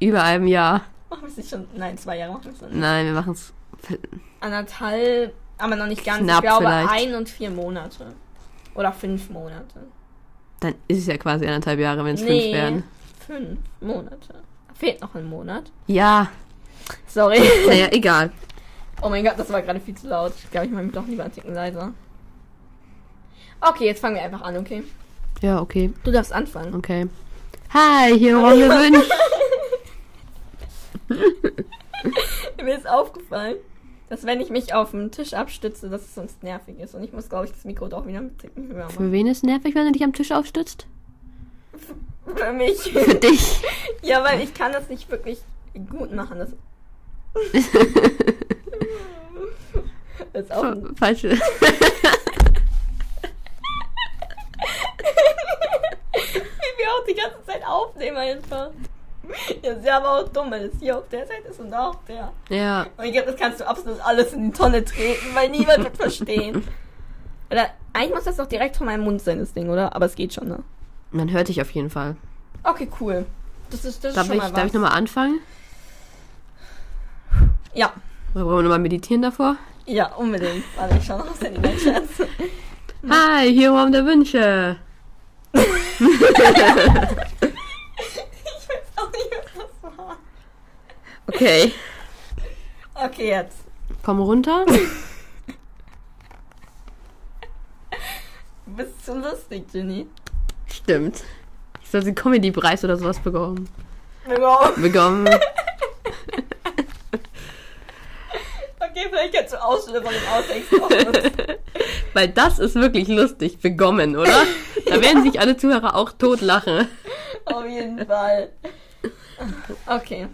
S1: über einem Jahr.
S2: Machen wir es nicht schon? Nein, zwei Jahre machen wir es noch nicht.
S1: Nein, wir machen es.
S2: Anderthalb, aber noch nicht ganz.
S1: Knapp
S2: ich glaube,
S1: vielleicht.
S2: ein und vier Monate. Oder fünf Monate.
S1: Dann ist es ja quasi anderthalb Jahre, wenn es fünf werden.
S2: fünf Monate. Fehlt noch ein Monat.
S1: Ja.
S2: Sorry. *laughs*
S1: Naja, egal.
S2: Oh mein Gott, das war gerade viel zu laut. Ich glaube, ich mache mich doch lieber einen Ticken leiser. Okay, jetzt fangen wir einfach an, okay?
S1: Ja, okay.
S2: Du darfst anfangen.
S1: Okay. Hi, hier Ron Gewinn.
S2: *laughs* Mir ist aufgefallen, dass wenn ich mich auf den Tisch abstütze, dass es sonst nervig ist. Und ich muss, glaube ich, das Mikro doch wieder einen Ticken höher *laughs* machen.
S1: Für wen ist nervig, wenn du dich am Tisch aufstützt?
S2: Für mich. *laughs*
S1: Für dich.
S2: ja, weil ich kann das nicht wirklich gut machen. Das ist *laughs* auch...
S1: *laughs* Falsche.
S2: Ich aufnehmen einfach. Das ist ja aber auch dumm, weil es hier auf der Seite ist und da auf der.
S1: Ja.
S2: Und ich glaube, das kannst du absolut alles in die Tonne treten, weil niemand wird *laughs* verstehen. Oder eigentlich muss das doch direkt von meinem Mund sein, das Ding, oder? Aber es geht schon, ne?
S1: Man hört dich auf jeden Fall.
S2: Okay, cool. Das ist, das ist
S1: Darf
S2: schon
S1: ich,
S2: mal
S1: darf
S2: was.
S1: ich nochmal anfangen?
S2: ja,
S1: Oder wollen wir nochmal meditieren davor?
S2: ja, unbedingt. Warte, ich schau noch aufs Handy, mein *laughs* Scherz.
S1: Hi, hier im Raum der Wünsche.
S2: Ich weiß auch nicht, was das war.
S1: Okay.
S2: Okay, jetzt.
S1: Komm
S2: *laughs*
S1: runter.
S2: Du bist zu lustig, Ginny.
S1: Stimmt. Ich soll den Comedy-Preis oder sowas bekommen.
S2: Okay,
S1: Bekommen.
S2: vielleicht kannst du Ausschnitte von dem Outtakes *laughs* auch
S1: Weil das ist wirklich lustig. Bekommen, oder? Da werden sich alle Zuhörer auch totlachen.
S2: Auf jeden Fall. Okay.